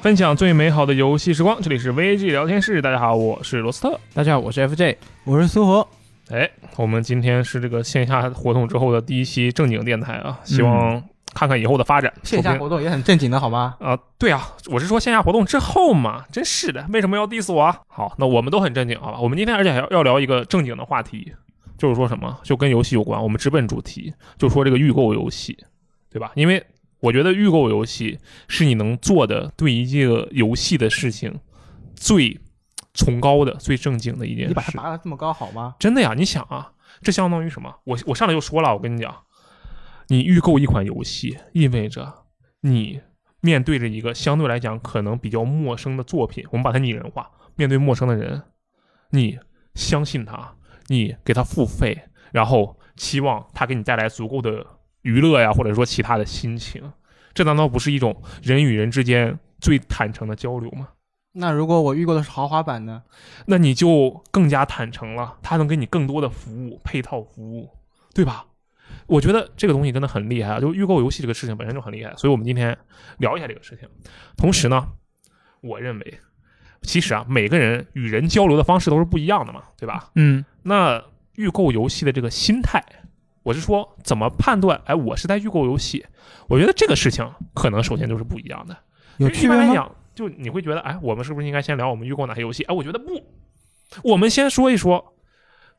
分享最美好的游戏时光，这里是 VG 聊天室。大家好，我是罗斯特。大家好，我是 FJ。我是苏活，哎，我们今天是这个线下活动之后的第一期正经电台啊，希望看看以后的发展。嗯线下说不定活动也很正经的好吗？啊、对啊，我是说线下活动之后嘛，真是的，为什么要 diss 我啊？好，那我们都很正经，好吧？我们今天而且还要要聊一个正经的话题，就是说什么，就跟游戏有关，我们直奔主题，就说这个预购游戏，对吧？因为我觉得预购游戏是你能做的对一个游戏的事情最崇高的、最正经的一件事。你把它拔得这么高好吗？真的呀，你想啊，这相当于什么？我我上来就说了，我跟你讲，你预购一款游戏，意味着你面对着一个相对来讲可能比较陌生的作品，我们把它拟人化，面对陌生的人，你相信他，你给他付费，然后期望他给你带来足够的娱乐呀，或者说其他的心情，这难道不是一种人与人之间最坦诚的交流吗？那如果我预购的是豪华版呢？那你就更加坦诚了，它能给你更多的服务配套服务，对吧？我觉得这个东西真的很厉害啊，就预购游戏这个事情本身就很厉害，所以我们今天聊一下这个事情。同时呢，我认为，其实啊，每个人与人交流的方式都是不一样的嘛，对吧？嗯，那预购游戏的这个心态，我是说怎么判断？哎，我是在预购游戏，我觉得这个事情可能首先就是不一样的。有一区般别来吗？讲，就你会觉得，哎，我们是不是应该先聊我们预购哪些游戏？哎，我觉得不，我们先说一说，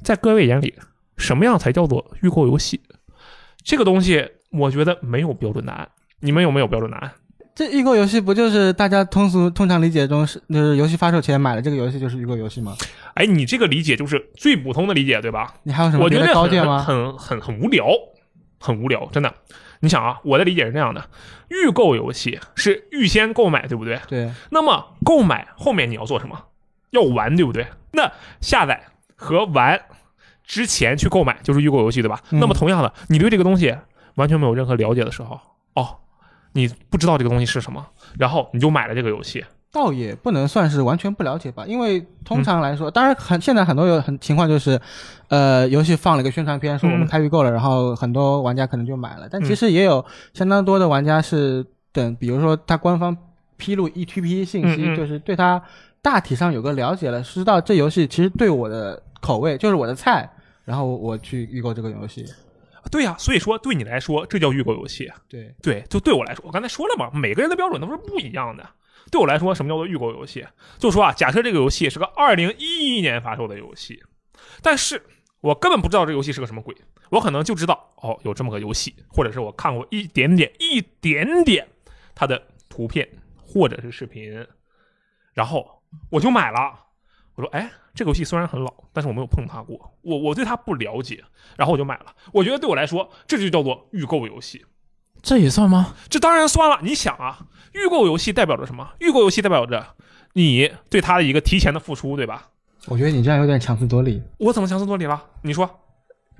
在各位眼里，什么样才叫做预购游戏？这个东西，我觉得没有标准答案。你们有没有标准答案？这预购游戏不就是大家通俗通常理解中是就是游戏发售前买了这个游戏就是预购游戏吗？哎，你这个理解就是最普通的理解，对吧？你还有什么我觉别得的高见很吗？很很很无聊，很无聊，真的。你想啊，我的理解是这样的：预购游戏是预先购买，对不对？对，那么购买后面你要做什么？要玩，对不对？那下载和玩之前去购买就是预购游戏，对吧？嗯那么同样的，你对这个东西完全没有任何了解的时候，哦，你不知道这个东西是什么，然后你就买了这个游戏，倒也不能算是完全不了解吧，因为通常来说，当然很现在很多有很情况就是，呃，游戏放了一个宣传片，说我们嗯开预购了，然后很多玩家可能就买了，但嗯其实也有相当多的玩家是等，比如说他官方披露一 t p 信息，嗯嗯就是对他大体上有个了解了，知道这游戏其实对我的口味就是我的菜，然后我去预购这个游戏。对呀、所以说对你来说这叫预购游戏，对，对，就对我来说，我刚才说了嘛，每个人的标准都是不一样的。对我来说，什么叫做预购游戏？就说啊，假设这个游戏是个二零一一年发售的游戏，但是我根本不知道这个游戏是个什么鬼，我可能就知道哦有这么个游戏，或者是我看过一点点、一点点它的图片或者是视频，然后我就买了。我说，哎，这个游戏虽然很老，但是我没有碰它过，我我对它不了解，然后我就买了。我觉得对我来说，这就叫做预购游戏。这也算吗？这当然算了。你想啊，预购游戏代表着什么？预购游戏代表着你对它的一个提前的付出，对吧？我觉得你这样有点强词夺理。我怎么强词夺理了？你说，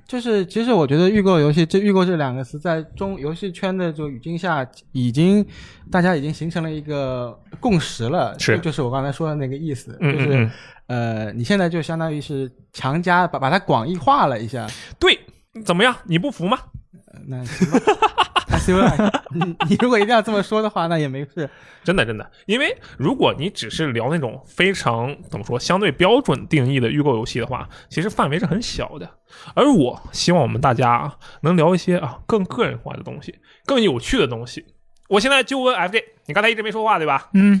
就是，其实我觉得“预购游戏”这“预购”这两个词，在中游戏圈的这个语境下，已经大家已经形成了一个共识了。是就就是我刚才说的那个意思，嗯嗯就是嗯，呃，你现在就相当于是强加把把它广义化了一下。对，怎么样？你不服吗？呃那行吧还是有点你你如果一定要这么说的话，那也没事。真的真的，因为如果你只是聊那种非常怎么说相对标准定义的预购游戏的话，其实范围是很小的。而我希望我们大家啊，能聊一些啊更个人化的东西，更有趣的东西。我现在就问 FJ，你刚才一直没说话对吧？嗯，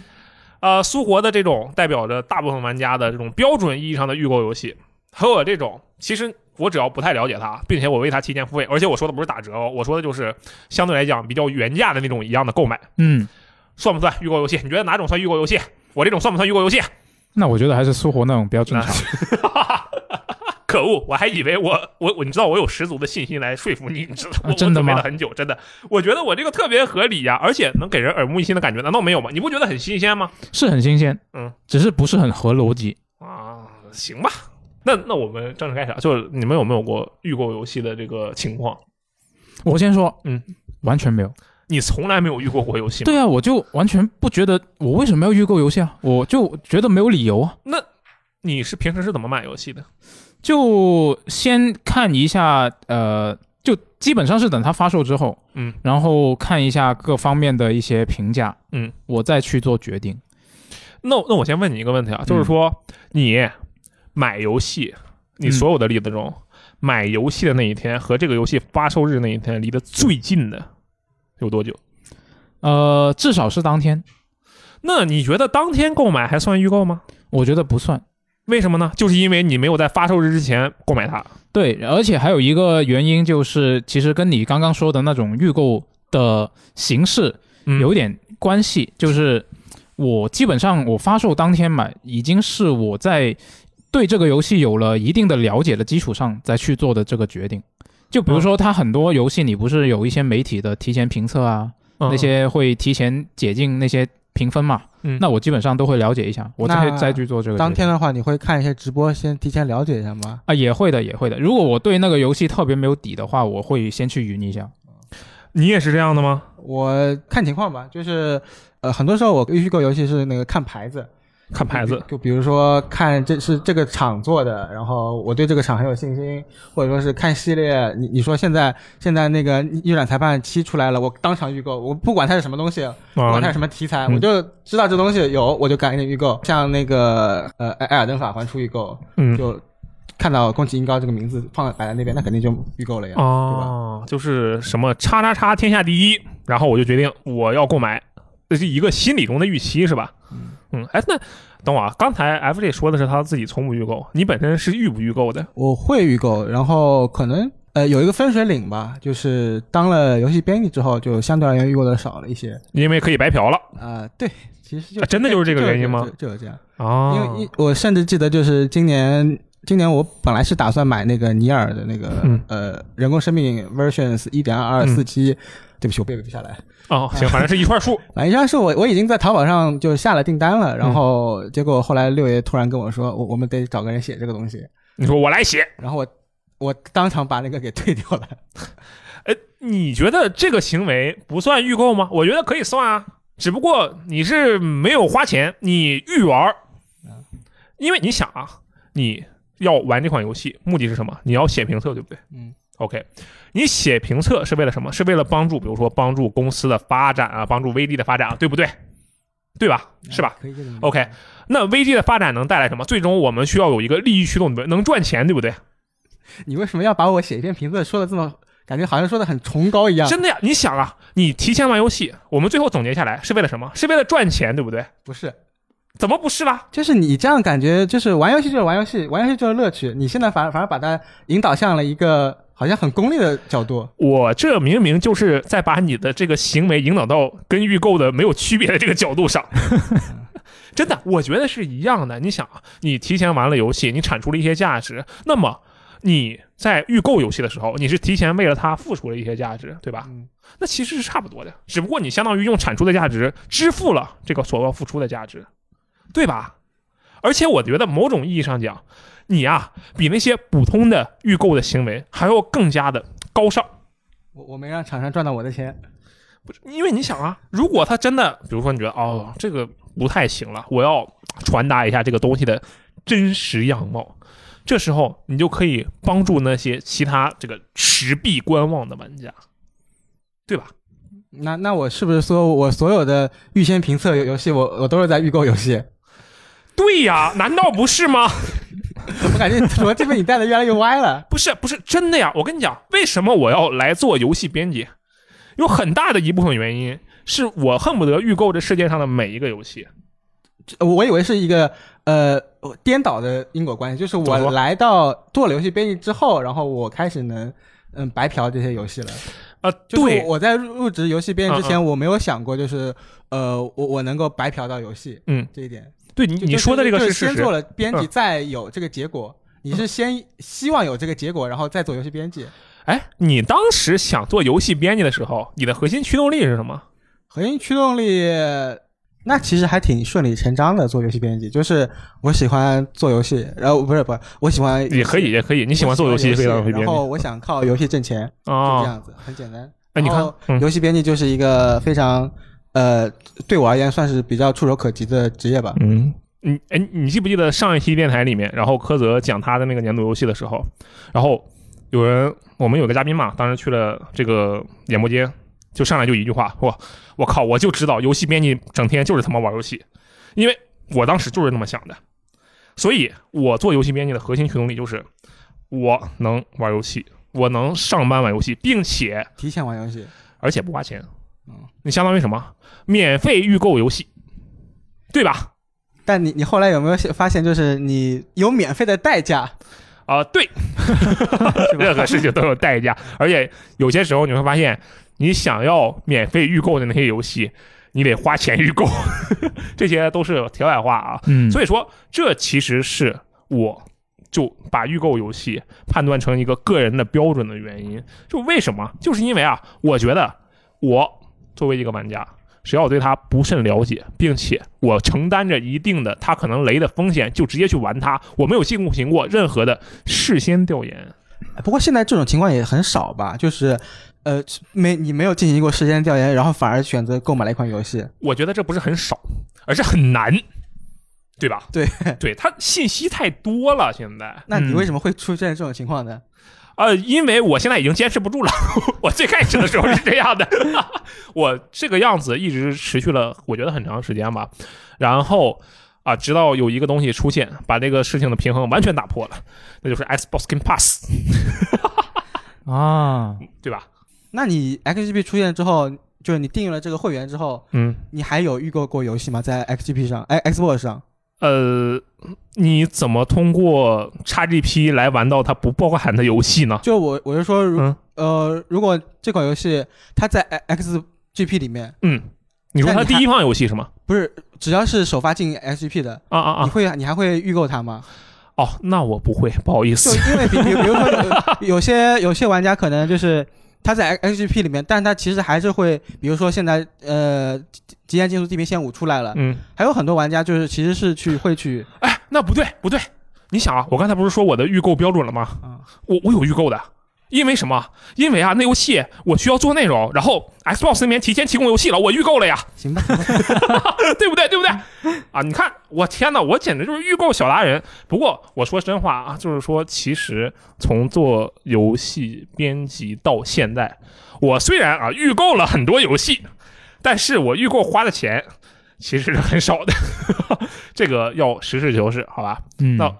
呃，苏活的这种代表着大部分玩家的这种标准意义上的预购游戏，和我这种其实我只要不太了解它，并且我为它提前付费，而且我说的不是打折哦，我说的就是相对来讲比较原价的那种一样的购买，嗯，算不算预购游戏？你觉得哪种算预购游戏？我这种算不算预购游戏？那我觉得还是苏活那种比较正常。可恶！我还以为我我我，你知道我有十足的信心来说服你，你知道我、啊真的我准备吗了很久，真的，我觉得我这个特别合理呀、而且能给人耳目一新的感觉，难道没有吗？你不觉得很新鲜吗？ 是很新鲜，嗯，只是不是很合逻辑。啊，行吧，那那我们正式开始，啊，就是你们有没有过预购游戏的这个情况？我先说，嗯，完全没有。你从来没有预购过游戏吗？对啊，我就完全不觉得我为什么要预购游戏啊，我就觉得没有理由啊。你是平时是怎么买游戏的？就先看一下，呃，就基本上是等它发售之后，嗯，然后看一下各方面的一些评价，嗯，我再去做决定。那我那我先问你一个问题啊，就是说你买游戏，你嗯所有的例子中，买游戏的那一天和这个游戏发售日那一天离得最近的有多久？呃，至少是当天，那你觉得当天购买还算预购吗？我觉得不算。为什么呢？就是因为你没有在发售日之前购买它。对，而且还有一个原因就是，其实跟你刚刚说的那种预购的形式嗯有点关系，就是我基本上我发售当天买，已经是我在对这个游戏有了一定的了解的基础上再去做的这个决定。就比如说，它很多游戏你不是有一些媒体的提前评测啊，嗯那些会提前解禁那些评分嘛，嗯那我基本上都会了解一下，我再那再去做这个决定。当天的话，你会看一些直播，先提前了解一下吗？啊，也会的，也会的。如果我对那个游戏特别没有底的话，我会先去云一下。你也是这样的吗？我看情况吧，就是呃，很多时候我预购游戏是那个看牌子，看牌子，就比如说看这是这个厂做的，然后我对这个厂很有信心，或者说是看系列。你你说现在现在那个《预览裁判七》出来了，我当场预购，我不管它是什么东西，不啊管它是什么题材，嗯我就知道这东西有，我就赶紧预购。像那个呃《艾艾尔登法环》出预购，嗯，就看到宫崎英高这个名字放摆在那边，那肯定就预购了呀，对吧？哦，就是什么叉叉叉天下第一，然后我就决定我要购买，这是一个心理中的预期是吧？嗯，哎，那等会儿啊，刚才 FJ 说的是他自己从不预购，你本身是预不预购的？我会预购，然后可能呃有一个分水岭吧，就是当了游戏编辑之后，就相对而言预购的少了一些。因为可以白嫖了啊、对，其实就、啊真的就是这个原因吗就？就就就这样，啊因为一我甚至记得就是今年。今年我本来是打算买那个尼尔的那个、嗯呃人工生命 versions 一点二四七，对不起我背不下来。哦，行，反正是一块数，反正是我我已经在淘宝上就下了订单了，嗯然后结果后来六爷突然跟我说，我我们得找个人写这个东西，你说我来写，然后我我当场把那个给退掉了。哎，你觉得这个行为不算预购吗？我觉得可以算啊，只不过你是没有花钱，你预玩儿，嗯因为你想啊，你要玩这款游戏，目的是什么？你要写评测，对不对？嗯。 OK，你写评测是为了什么？是为了帮助，比如说帮助公司的发展啊，帮助 VD 的发展啊，对不对？对吧？是吧？可以这么理解 OK 那 VD 的发展能带来什么？最终我们需要有一个利益驱动的，能赚钱，对不对？你为什么要把我写一篇评论说的这么，感觉好像说的很崇高一样？真的呀，你想啊，你提前玩游戏，我们最后总结下来是为了什么？是为了赚钱，对不对？不是，怎么不是啦？就是你这样感觉，就是玩游戏就是玩游戏，玩游戏就是乐趣。你现在反而反而把它引导向了一个好像很功利的角度。我这明明就是在把你的这个行为引导到跟预购的没有区别的这个角度上。真的，我觉得是一样的。你想啊，你提前玩了游戏，你产出了一些价值，那么你在预购游戏的时候，你是提前为了它付出了一些价值，对吧？嗯，那其实是差不多的，只不过你相当于用产出的价值支付了这个所要付出的价值，对吧？而且我觉得某种意义上讲，你啊比那些普通的预购的行为还要更加的高尚，我我没让厂商赚到我的钱，不是？因为你想啊，如果他真的，比如说你觉得哦这个不太行了，我要传达一下这个东西的真实样貌，这时候你就可以帮助那些其他这个持币观望的玩家，对吧？那那我是不是说我所有的预先评测游游戏，我我都是在预购游戏？ 对呀，难道不是吗？ 怎么感觉怎么这边你带的越来越歪了？ 不是不是真的呀！我跟你讲，为什么我要来做游戏编辑，有很大的一部分原因是我恨不得预购这世界上的每一个游戏。这我以为是一个呃颠倒的因果关系，就是怎么说我来到做了游戏编辑之后，然后我开始能嗯白嫖这些游戏了。啊，就是对，我在入入职游戏编辑之嗯前，我没有想过就是呃我我能够白嫖到游戏，嗯，这一点。对你就你就说的这个就是事先做实。了编辑，嗯再有这个结果。你是先希望有这个结果，然后再做游戏编辑。哎，你当时想做游戏编辑的时候，你的核心驱动力是什么？核心驱动力，那其实还挺顺理成章的。做游戏编辑就是我喜欢做游戏，然后不是不是，我喜欢也可以，也可以，你你喜欢做游戏可以当游戏编然后辑我想靠游戏挣钱，就这啊。样子，很简单。哎，你然看后，嗯，游戏编辑就是一个非常呃，对我而言算是比较触手可及的职业吧。嗯，你哎，你记不记得上一期电台里面，然后柯泽讲他的那个年度游戏的时候，然后有人我们有个嘉宾嘛，当时去了这个演播间，就上来就一句话，我我靠，我就知道游戏编辑整天就是他妈玩游戏，因为我当时就是那么想的，所以我做游戏编辑的核心驱动力就是我能玩游戏，我能上班玩游戏，并且提前玩游戏，而且不花钱嗯，你相当于什么？免费预购游戏，对吧？但你你后来有没有发现，就是你有免费的代价，啊、对，是吧？任何事情都有代价，而且有些时候你会发现，你想要免费预购的那些游戏，你得花钱预购， 这些都是题外话啊。嗯，所以说，这其实是我就把预购游戏判断成一个个人的标准的原因。就为什么？就是因为啊，我觉得我作为一个玩家，只要我对它不甚了解，并且我承担着一定的它可能雷的风险，就直接去玩它，我没有进行过任何的事先调研。不过现在这种情况也很少吧，就是。呃，没你没有进行过时间调研，然后反而选择购买了一款游戏，我觉得这不是很少，而是很难，对吧？对 对，它信息太多了，现在。那你嗯为什么会出现这种情况呢？呃，因为我现在已经坚持不住了。我最开始的时候是这样的， 我这个样子一直持续了，我觉得很长时间吧。然后啊，直到有一个东西出现，把这个事情的平衡完全打破了，那就是 Xbox Game Pass，啊，对吧？那你 XGP 出现之后，就是你订阅了这个会员之后，嗯，你还有预购过游戏吗？在 XGP 上，哎，Xbox 上，呃，你怎么通过 XGP 来玩到它不包含的游戏呢？就我我是说，如、嗯呃，如果这款游戏它在 X- XGP 里面，嗯，你说它那你第还一方游戏是吗？不是只要是首发进 XGP 的，啊啊啊！你会你还会预购 它吗？哦，那我不会，不好意就思。因为比比比如说有有些有些玩家可能就是他在 XGP 里面，但他其实还是会，比如说现在呃《极极限竞速：地平线五》出来了，嗯，还有很多玩家就是其实是去会去哎，那不对，不对。你想啊，我刚才不是说我的预购标准了吗？啊、我我有预购的，因为什么？因为啊，那游戏我需要做内容，然后 Xbox 那边提前提供游戏了，我预购了呀， 行吧，行 吧对不对？对不对？啊，你看，我天哪，我简直就是预购小达人。不过我说真话啊，就是说，其实从做游戏编辑到现在，我虽然啊预购了很多游戏，但是我预购花的钱其实是很少的， 这个要实事求是，好吧？嗯，那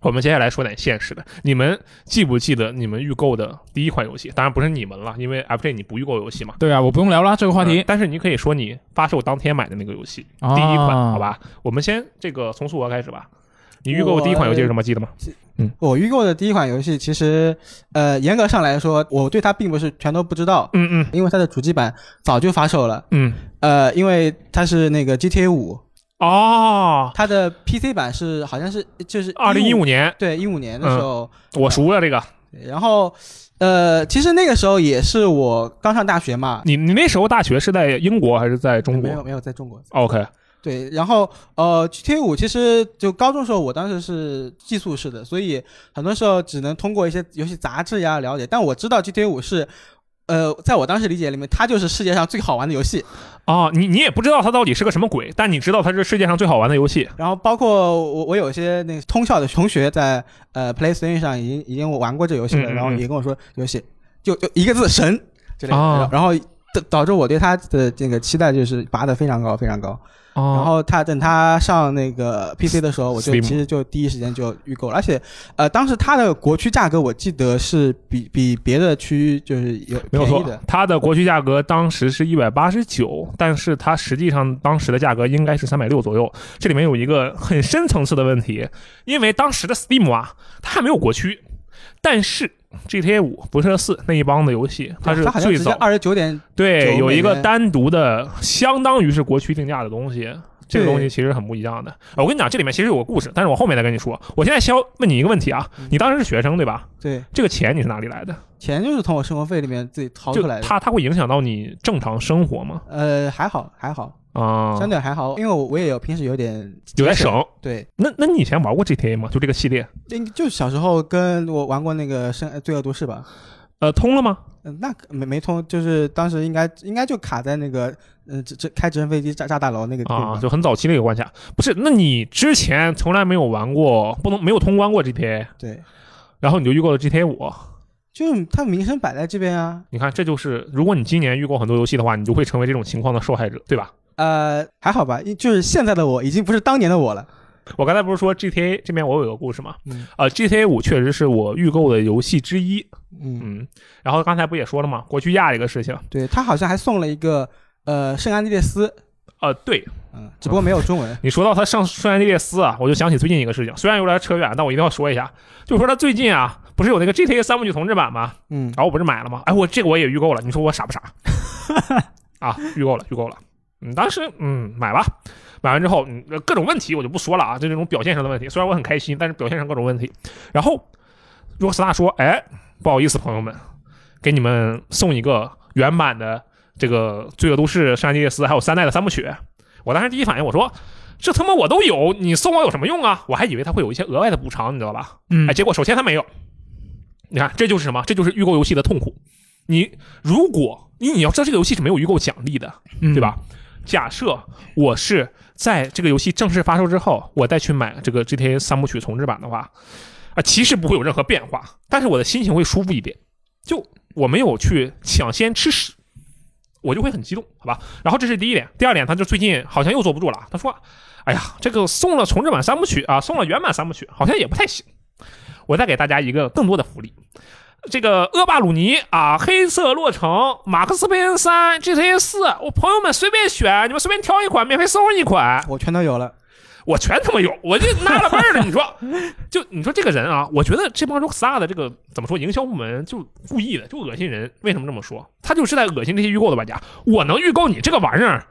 我们接下来说点现实的。你们记不记得你们预购的第一款游戏？当然不是你们了，因为 FJ 你不预购游戏嘛。对啊，我不用聊了这个话题嗯。但是你可以说你发售当天买的那个游戏，啊呃第一款，好？吧？我们先这个从苏俄开始吧。你预购的第一款游戏是什么？记得吗？我预购的第一款游戏，其实呃严格上来说，我对它并不是全都不知道，嗯嗯因为它的主机版早就发售了。嗯。呃，因为它是那个 GTA 五，哦，它的 PC 版是好像是就是二零一15五嗯年，对一五年的时候，我熟了这个。然后呃，其实那个时候也是我刚上大学嘛，你你那时候大学是在英国还是在中没国有没有在中国。 ？OK，对，然后呃，GTA 五其实就高中时候，我当时是寄宿式的，所以很多时候只能通过一些游戏杂志呀了解。但我知道 GTA 五是，呃，在我当时理解里面，它就是世界上最好玩的游戏。哦，你你也不知道它到底是个什么鬼，但你知道它是世界上最好玩的游戏。然后包括我，我有一些那个通校的同学在嗯呃 PlayStation 上已经已经玩过这游戏了，嗯嗯嗯然后也跟我说游戏就就一个字神之类的，哦然后导导致我对它的这个期待就是拔得非常高，非常高。然哦，后他等他上那个 PC 的时候，我就 Steam 其实就第一时间就预购了，而且呃，当时它的国区价格我记得是比比别的区就是有没有便宜错的，，它的国区价格当时是一百八十九，但是它实际上当时的价格应该是三百六左右。这里面有一个很深层次的问题，因为当时的 Steam 啊，它还没有国区，但是 GTA 五、辐射四那一帮的游戏，它是它好像最直接早二十九点，对9有一美个元单独的，相当于是国区定价的东西。这个对东西其实很不一样的。我跟你讲，这里面其实有个故事，但是我后面再跟你说。我现在先要问你一个问题啊，嗯你当时是学生对吧？对，这个钱你是哪里来的？钱就是从我生活费里面自己掏就出来的。它它会影响到你正常生活吗？呃，还好还好，啊、相对还好，因为我我也有平时有点有点节省，省。对，那那你以前玩过 GTA 吗？就这个系列，那就小时候跟我玩过那个《生呃罪恶都市》吧，呃，通了吗？嗯，那可没没通，就是当时应该应该就卡在那个呃，直直开直升飞机炸炸大楼那个地啊，方。就很早期的一个关卡。不是，那你之前从来没有玩过，不能没有通关过 GTA，对，然后你就预购了 GTA 五。就是它名声摆在这边啊。你看，这就是如果你今年预购很多游戏的话，你就会成为这种情况的受害者，对吧？呃，还好吧，就是现在的我已经不是当年的我了。我刚才不是说 GTA 这边我有个故事吗？嗯呃，GTA 五确实是我预购的游戏之一，嗯，嗯，然后刚才不也说了吗？国区亚这个事情，对他好像还送了一个呃圣安地列斯，呃，对嗯，只不过没有中文。你说到他上圣安地列斯啊，我就想起最近一个事情，虽然有点扯远，但我一定要说一下，就是说他最近啊，不是有那个 GTA 三部曲重置版吗？嗯，然后我不是买了吗？哎，我这个我也预购了，你说我傻不傻？啊，预购了，预购了。嗯，当时嗯买吧，买完之后嗯各种问题我就不说了啊，就这种表现上的问题。虽然我很开心，但是表现上各种问题。然后如果 star 说，哎，不好意思，朋友们，给你们送一个原版的这个《罪恶都市》《山地列斯》还有三代的三部曲。我当时第一反应我说，这他妈我都有，你送我有什么用啊？我还以为他会有一些额外的补偿，你知道吧？嗯哎，，结果首先他没有。你看，这就是什么？这就是预购游戏的痛苦。你如果你你要知道这个游戏是没有预购奖励的，嗯对吧？？假设我是在这个游戏正式发售之后，我再去买这个 GTA 三部曲重置版的话，啊，其实不会有任何变化，但是我的心情会舒服一点。就我没有去抢先吃屎，我就会很激动，好吧？然后这是第一点，第二点，他就最近好像又坐不住了，他说：“哎呀，这个送了重置版三部曲啊，送了原版三部曲，好像也不太行。”我再给大家一个更多的福利，这个恶霸鲁尼啊，黑色洛城、马克思佩恩三、GTA 四，我朋友们随便选，你们随便挑一款，免费送一款，我全都有了。我全他妈有，我就纳了闷儿了。你说， 就你说这个人啊，我觉得这帮 Rockstar 的这个怎么说，营销部门就故意的，就恶心人。为什么这么说？他就是在恶心这些预购的玩家。我能预购你这个玩意儿，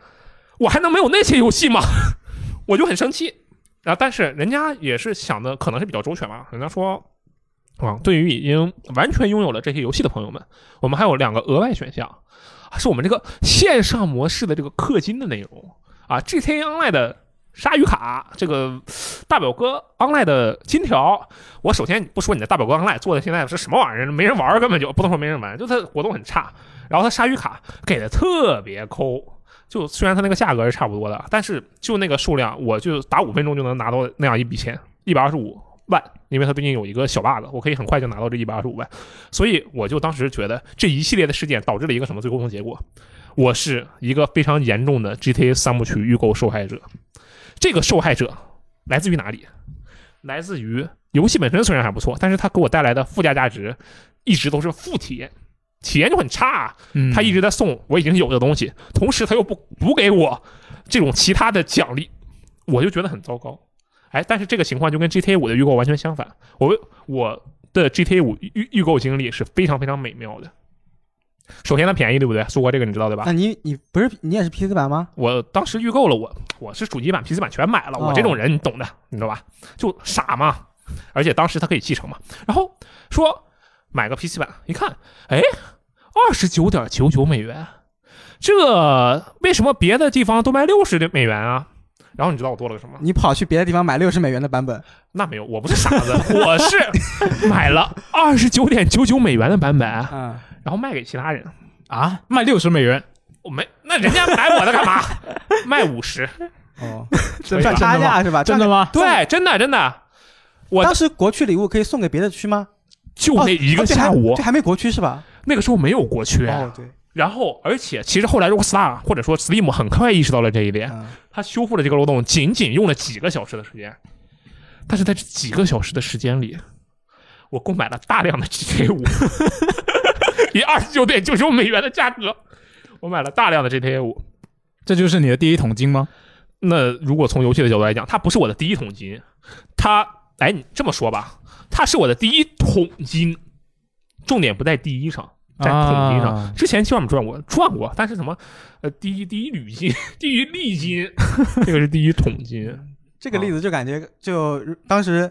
我还能没有那些游戏吗？ 我就很生气。啊，但是人家也是想的，可能是比较周全吧。人家说，啊，对于已经完全拥有了这些游戏的朋友们，我们还有两个额外选项，啊是我们这个线上模式的这个氪金的内容啊，GTA Online 的鲨鱼卡，这个大表哥 Online 的金条。我首先不说你的大表哥 Online 做的现在是什么玩意儿，没人玩儿，根本就不能说没人玩，就它活动很差。然后它鲨鱼卡给的特别抠，就虽然它那个价格是差不多的，但是就那个数量，我就打五分钟就能拿到那样一笔钱，一百二十五万。因为它最近有一个小 bug，我可以很快就拿到这一百二十五万，所以我就当时觉得这一系列的事件导致了一个什么最后的结果，我是一个非常严重的 GTA 三部曲预购受害者。这个受害者来自于哪里？来自于游戏本身虽然还不错，但是它给我带来的附加价值一直都是负体验，体验就很差啊、嗯，他一直在送我已经有的东西，同时他又不补给我这种其他的奖励，我就觉得很糟糕。哎，但是这个情况就跟 GTA 五的预购完全相反。我我的 GTA 五预预购经历是非常非常美妙的。首先它便宜，对不对？苏国这个你知道对吧那、？你你不是你也是 PC 版吗？我当时预购了我，我是主机版、PC 版全买了。哦我这种人，你懂的，你知道吧？就傻嘛。而且当时它可以继承嘛。然后说买个 PC 版，一看，哎，二十九点九九美元，这为什么别的地方都卖六十美元啊？然后你知道我多了个什么？你跑去别的地方买六十美元的版本，那没有，我不是傻子，我是买了二十九点九九美元的版本，然嗯，后卖给其他人。啊，卖六十美元，我没，那人家买我的干嘛？卖五十，哦，真的差价是吧？真的吗？吗？对，真的真的，我当时国区礼物可以送给别的区吗？就哦那一个哦对还下午，啊哎这还没国区是吧？那个时候没有国区。哦，对，然后，而且其实后来 Rockstar 或者说 Steam 很快意识到了这一点，嗯，他修复了这个漏洞，仅仅用了几个小时的时间。但是在这几个小时的时间里，我购买了大量的 GTA 五，以二十九点九九美元的价格，我买了大量的 GTA 五。这就是你的第一桶金吗？那如果从游戏的角度来讲，它不是我的第一桶金，它，哎，你这么说吧，它是我的第一桶金，重点不在第一上，在桶金上。啊之前其实我们赚过，赚过，但是什么，呃，第一第一铝金，第一利金，这个是第一桶金。 这个哦例子就感觉就当时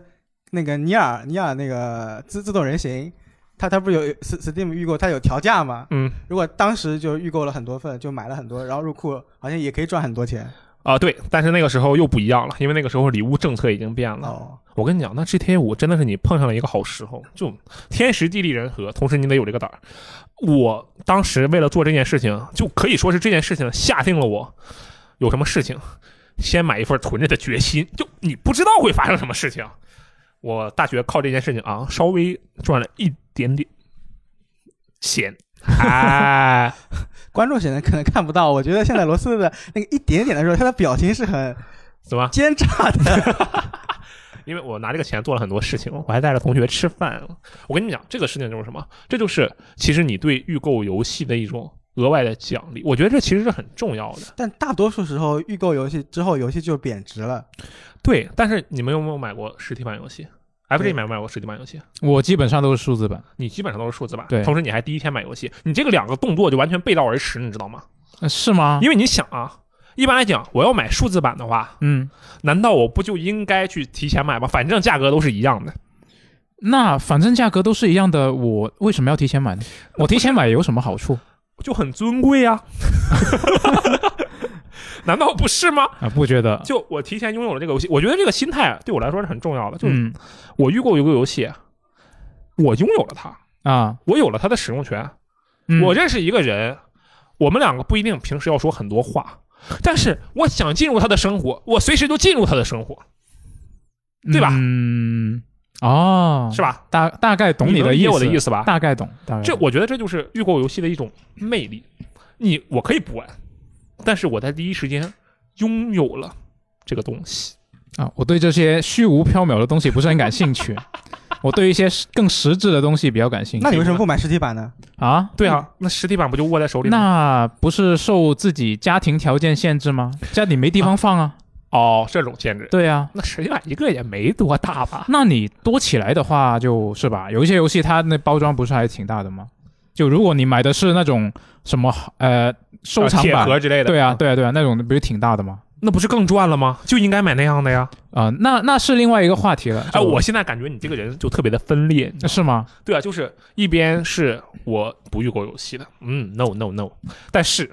那个尼尔尼尔那个自自动人形，它它不是有 S- Steam 预购，它有调价吗？嗯，如果当时就预购了很多份，就买了很多，然后入库好像也可以赚很多钱。啊、对，但是那个时候又不一样了，因为那个时候礼物政策已经变了。哦，我跟你讲，那 GTA 五真的是你碰上了一个好时候，就天时地利人和，同时你得有这个胆儿。我当时为了做这件事情，就可以说是这件事情下定了我有什么事情，先买一份囤着的决心。就你不知道会发生什么事情，我大学靠这件事情啊，稍微赚了一点点，闲，哎，观众显然可能看不到，我觉得现在罗斯的那个一点点的时候，他的表情是很怎么？奸诈 的。因为我拿这个钱做了很多事情，我还带着同学吃饭。我跟你们讲，这个事情就是什么？这就是其实你对预购游戏的一种额外的奖励。我觉得这其实是很重要的。但大多数时候，预购游戏之后，游戏就贬值了。对，但是你们有没有买过实体版游戏？FJ 对买不买过实体版游戏？我基本上都是数字版，你基本上都是数字版，对同时你还第一天买游戏，你这个两个动作就完全背道而驰，你知道吗？呃是吗？因为你想啊，一般来讲，我要买数字版的话，嗯，难道我不就应该去提前买吗？反正价格都是一样的。那反正价格都是一样的，我为什么要提前买呢？我提前买有什么好处就很尊贵啊， 难道不是吗？啊？不觉得？就我提前拥有了这个游戏，我觉得这个心态啊对我来说是很重要的。就是嗯我预购一个游戏，我拥有了它，啊，我有了它的使用权。嗯我认识一个人，我们两个不一定平时要说很多话，但是我想进入他的生活，我随时就进入他的生活，对吧嗯，哦，是吧？大大概懂你能的理意解思，我的意思吧？大概懂，大概这懂我觉得这就是预购游戏的一种魅力。你我可以不玩，但是我在第一时间拥有了这个东西。啊，我对这些虚无缥缈的东西不是很感兴趣，我对一些实更实质的东西比较感兴趣。那你为什么不买实体版呢？啊？对啊，那实体版不就握在手里吗？那不是受自己家庭条件限制吗？家里没地方放啊。哦，这种限制，对啊，那实体版一个也没多大吧？那你多起来的话，就是吧，有一些游戏它那包装不是还挺大的吗？就如果你买的是那种什么呃收藏铁版，盒之类的，对啊，对啊，对啊，那种不是挺大的吗？那不是更赚了吗？就应该买那样的呀！啊、那那是另外一个话题了。哎，就我现在感觉你这个人就特别的分裂，你知道吗是吗？对啊，就是一边是我不预购游戏的，嗯，no no no，但是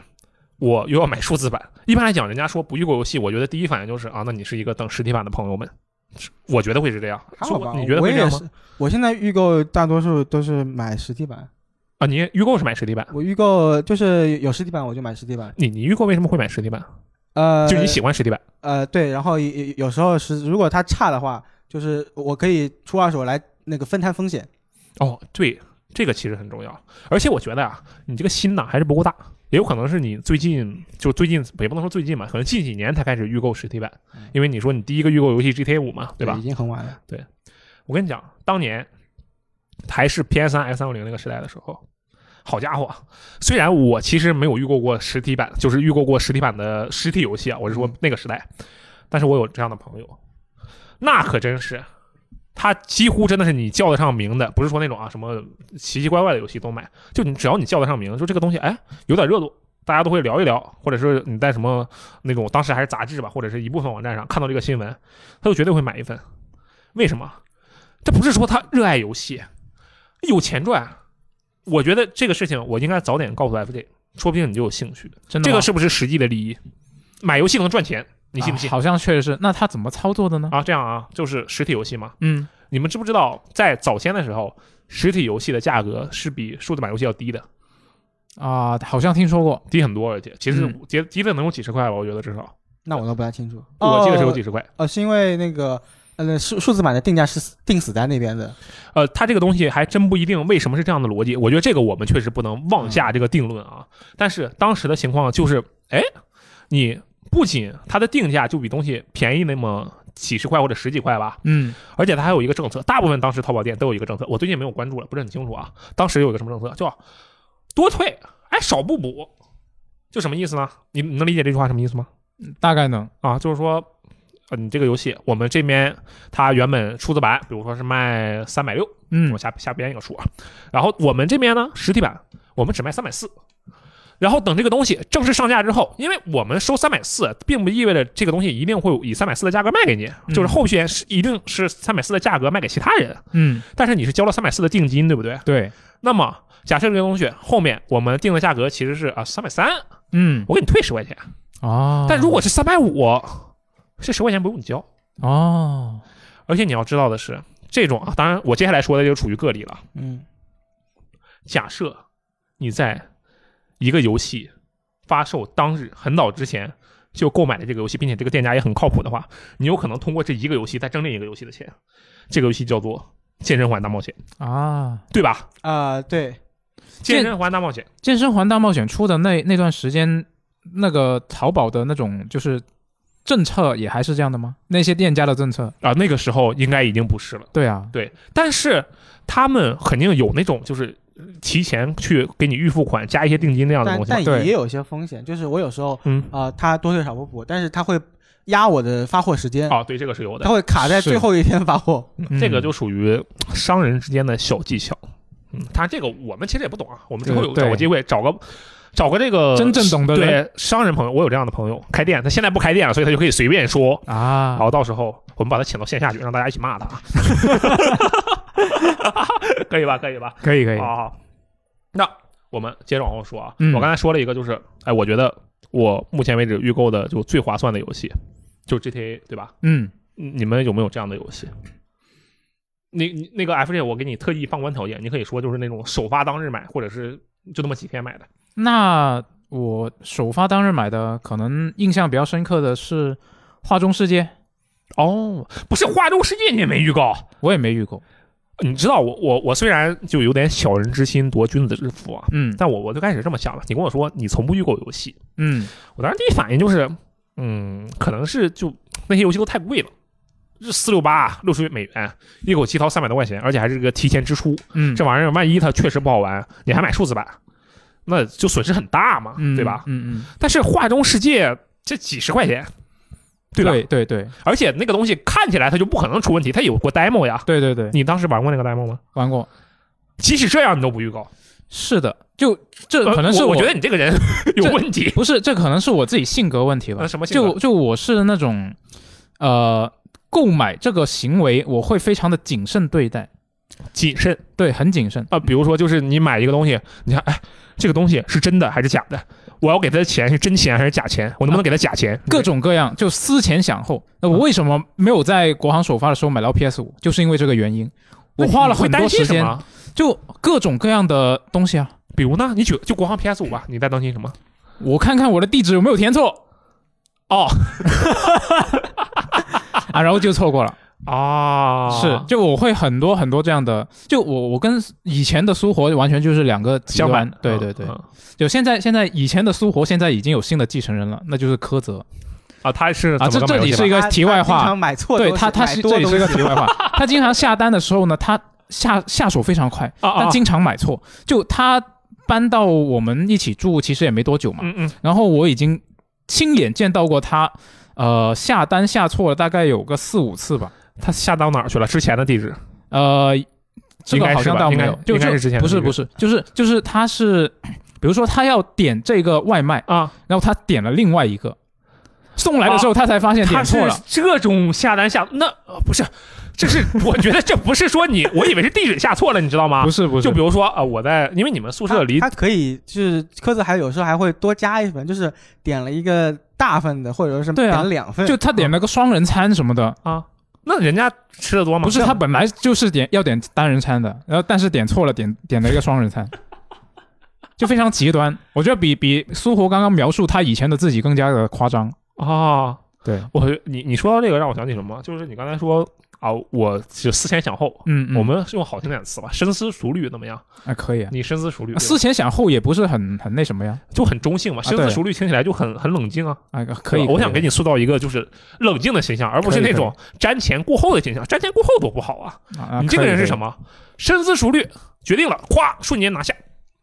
我又要买数字版。一般来讲，人家说不预购游戏，我觉得第一反应就是啊，那你是一个等实体版的朋友们，是我觉得会是这样。还是好我吧，你觉得我会这也样吗？是。我现在预购大多数都是买实体版，啊，你预购是买实体版，我预购就是有实体版我就买实体版。你你预购为什么会买实体版？呃，就你喜欢实体版呃，对，然后有有时候是如果它差的话，就是我可以出二手来那个分摊风险。哦，对，这个其实很重要。而且我觉得啊，你这个心呐还是不够大，也有可能是你最近就最近也不能说最近吧，可能近几年才开始预购实体版，因为你说你第一个预购游戏 GTA 五嘛，对吧已？经很晚了。我跟你讲，当年还是 PS 三 X 三五零那个时代的时候，好家伙，虽然我其实没有预购过实体版，就是预购过实体版的实体游戏啊，我是说那个时代，但是我有这样的朋友，那可真是。他几乎真的是你叫得上名的，不是说那种啊什么奇奇怪怪的游戏都买，就你只要你叫得上名，就这个东西哎有点热度，大家都会聊一聊，或者是你在什么那种当时还是杂志吧，或者是一部分网站上看到这个新闻，他就绝对会买一份。为什么？这不是说他热爱游戏，有钱赚。我觉得这个事情我应该早点告诉 FJ，说不定你就有兴趣。真的这吗个是不是实际的利益？买游戏能赚钱，你信不信啊？好像确实是。那他怎么操作的呢？啊，这样啊，就是实体游戏嘛。嗯，你们知不知道，在早先的时候，实体游戏的价格是比数字版游戏要低的，啊、好像听说过。低很多，而且其实嗯低低的能有几十块吧，我觉得至少，那我都不太清楚。我记得是有几哦十块。哦，是因为那个呃数数字版的定价是死定死在那边的。呃，它这个东西还真不一定为什么是这样的逻辑。我觉得这个我们确实不能妄下这个定论啊。但是当时的情况就是，哎，你不仅它的定价就比东西便宜那么几十块或者十几块吧，嗯而且它还有一个政策，大部分当时淘宝店都有一个政策，我最近没有关注了，不是很清楚啊。当时有一个什么政策，叫多退，哎，少不补，就什么意思呢？你你能理解这句话什么意思吗？大概能。啊，就是说，呃，你这个游戏我们这边它原本数字版，比如说是卖三百六。嗯我瞎瞎编一个数啊。然后我们这边呢，实体版我们只卖三百四。然后等这个东西正式上架之后，因为我们收三百四，并不意味着这个东西一定会以三百四的价格卖给你，就是嗯后续是一定是三百四的价格卖给其他人。嗯，但是你是交了三百四的定金，对不对？对，那么假设这个东西后面我们定的价格其实是啊三百三，嗯我给你退十块钱。哦。但如果是三百五，这十块钱不用你交。哦，而且你要知道的是，这种啊，当然我接下来说的就处于个例了。嗯，假设你在一个游戏发售当日很早之前就购买了这个游戏，并且这个店家也很靠谱的话，你有可能通过这一个游戏再挣另一个游戏的钱。这个游戏叫做《健身环大冒险》，啊，对吧？啊、对，健身环大冒险，健身环大冒险出的那那段时间，那个淘宝的那种就是政策也还是这样的吗？那些店家的政策？啊，那个时候应该已经不是了。对啊，对，但是他们肯定有那种就是提前去给你预付款加一些定金那样的但东西嘛。但对也有一些风险，就是我有时候嗯，啊，他多退少不补，但是他会压我的发货时间，哦，对，这个是有的他。会卡在是最后一天发货。嗯这个就属于商人之间的小技巧。嗯，他这个我们其实也不懂啊，我们之后有对找个机会找个找个这个真正懂的人对商人朋友，我有这样的朋友，开店，他现在不开店了，所以他就可以随便说。啊然，后到时候我们把他请到线下去，让大家一起骂他，啊， 可以吧？可以吧？可以可以，好好，那我们接着往后说啊。嗯我刚才说了一个，就是哎，我觉得我目前为止预购的就最划算的游戏，就是 GTA，对吧？嗯，嗯你们有没有这样的游戏？那你那个 FJ，我给你特意放宽条件，你可以说就是那种首发当日买，或者是就那么几天买的。那我首发当日买的，可能印象比较深刻的是《画中世界》，哦，不是《画中世界》你也没预告，我也没遇过。你知道我我我虽然就有点小人之心夺君子之腹啊，嗯但我我最开始这么想的。你跟我说你从不预购游戏，嗯，我当时第一反应就是，嗯，可能是就那些游戏都太贵了，这四六八啊六十美元，一口气掏三百多块钱，而且还是个提前支出，嗯，这玩意儿万一它确实不好玩，你还买数字版，那就损失很大嘛，嗯对吧？嗯嗯，但是画中世界这几十块钱，对吧？对对对而且那个东西看起来它就不可能出问题，它有过 demo 呀。对对对，你当时玩过那个 demo 吗？玩过。即使这样，你都不预告，是的，就这呃可能是我我觉得你这个 人有问题。不是，这可能是我自己性格问题吧。呃什么性格就就我是那种，呃，购买这个行为我会非常的谨慎对待，谨慎对，很谨慎。啊，比如说就是你买一个东西，你看，哎，这个东西是真的还是假的？我要给他的钱是真钱还是假钱？我能不能给他假钱？各种各样，就思前想后。那嗯我为什么没有在国行首发的时候买到 PS 五？就是因为这个原因，我花了很你会多担心时什间，么就各种各样的东西啊。比如呢，你举就国行 PS 五吧，你在担心什么？我看看我的地址有没有填错哦 啊，然后就错过了。啊，是，就我会很多很多这样的，就我我跟以前的苏活完全就是两个极相端反，，对嗯对对，嗯就现在现在以前的苏活现在已经有新的继承人了，那就是柯泽啊，他是啊，怎这么个这买游里戏是一法个他题外他经话常，买错东对西，他他买是多这里东是一个西题 外话，他经常下单的时候呢，他下下手非常快，啊啊但经常买错，就他搬到我们一起住其实也没多久嘛，嗯嗯，然后我已经亲眼见到过他。呃，下单下错了大概有个四五次吧，他下到哪儿去了？之前的地址呃，这应个该好是像吧倒应没该有，就应该就是之前的不是那个不是，就是就是他是，比如说他要点这个外卖，啊，然后他点了另外一个，送来的时候他才发现他点是错了，这种下单下那呃不是，这是我觉得这不是说你，我以为是地址下错了，你知道吗不？是不是，就比如说啊，我在因为你们宿舍离他他可以就是柯子，还有时候还会多加一份，就是点了一个大份的，或者是对点啊了两份，就他点了个双人餐什么的，啊，那人家吃的多吗？不是他本来就是点要点单人餐的，然后但是点错了，点点了一个双人餐，就非常极端，我觉得比比苏活刚刚描述他以前的自己更加的夸张，啊，对，我你你说到这个让我想起什么？就是你刚才说啊，我是思前想后。嗯，嗯我们用好听点的词吧，深思熟虑怎么样？啊可以啊，你深思熟虑，思前想后也不是很很那什么呀，就很中性嘛。深思啊对熟虑听起来就很很冷静啊。啊可以，对吧我想可给以你塑造一个就是冷静的形象，而不是可以那种瞻前顾后的形象。瞻前顾后多不好啊！啊，你这个人是什么么？深思熟虑，决定了，咵，瞬间拿下，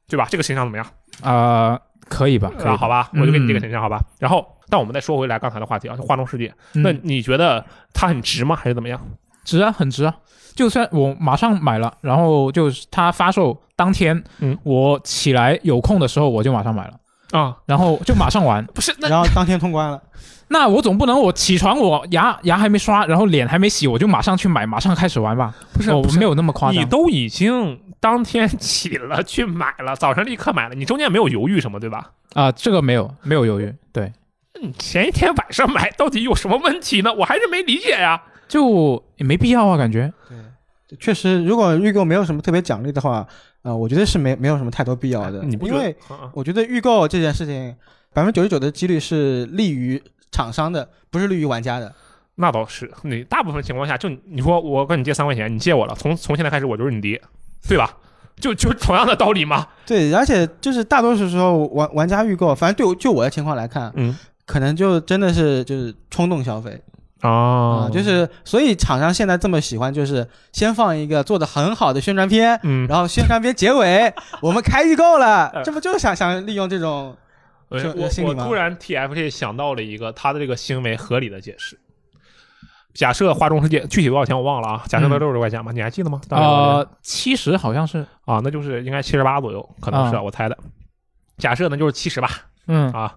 对吧？这个形象怎么样？啊？可以吧？可以啊，吧好吧，我就给你这个嗯形象，好吧。然后，但我们再说回来刚才的话题啊，就《画中世界》，嗯那你觉得它很值吗？还是怎么样？值啊，很值啊！就算我马上买了，然后就是它发售当天，嗯我起来有空的时候我就马上买了，啊，。然后就马上玩 不是，那嗯然后当天通关了。那我总不能我起床我牙牙还没刷，然后脸还没洗，我就马上去买，马上开始玩吧？不我没有那么夸你张。都已经当天起了去买了，早上立刻买了，你中间没有犹豫什么，对吧？啊、这个没有没有犹豫，对，你嗯前一天晚上买到底有什么问题呢？我还是没理解呀。就也没必要啊，感觉。对，确实，如果预购没有什么特别奖励的话，呃，我觉得是没没有什么太多必要哎的，你不因觉得为嗯嗯我觉得预购这件事情，百分之九十九的几率是利于厂商的，不是利于玩家的。那倒是，你大部分情况下就你说我跟你借三块钱，你借我了，从从现在开始我就是你爹，对吧？就就同样的道理嘛。对，而且就是大多数时候玩玩家预购，反正对我就我的情况来看，嗯可能就真的是就是冲动消费啊、啊就是所以厂商现在这么喜欢，就是先放一个做的很好的宣传片，嗯，然后宣传片结尾我们开预购了呃，这不就是想想利用这种我这哎我心里我吗突然 TFT 想到了一个他的这个行为合理的解释。假设花中世界具体多少钱我忘了啊，假设嗯它六十块钱吧，你还记得吗？大概多少钱啊呃，七十好像是，啊，那就是应该七十八左右，可能是、啊我猜的。假设呢就是七十吧嗯啊，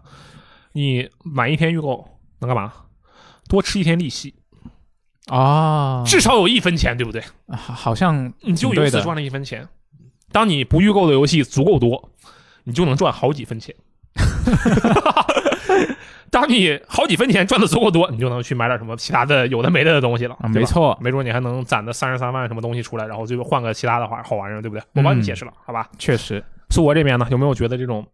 你买一天预购能干嘛？多吃一天利息，啊，至少有一分钱，对不对？好好像啊你就挺由嗯对此的赚了一分钱。当你不预购的游戏足够多，你就能赚好几分钱。 当你好几分钱赚的足够多，你就能去买点什么其他的有的没的的东西了。啊，对没吧，错，没准你还能攒的三十三万什么东西出来，然后就换个其他的玩好玩意儿，对不对？我帮你解释了，好吧？嗯确实，苏博这边呢，有没有觉得这种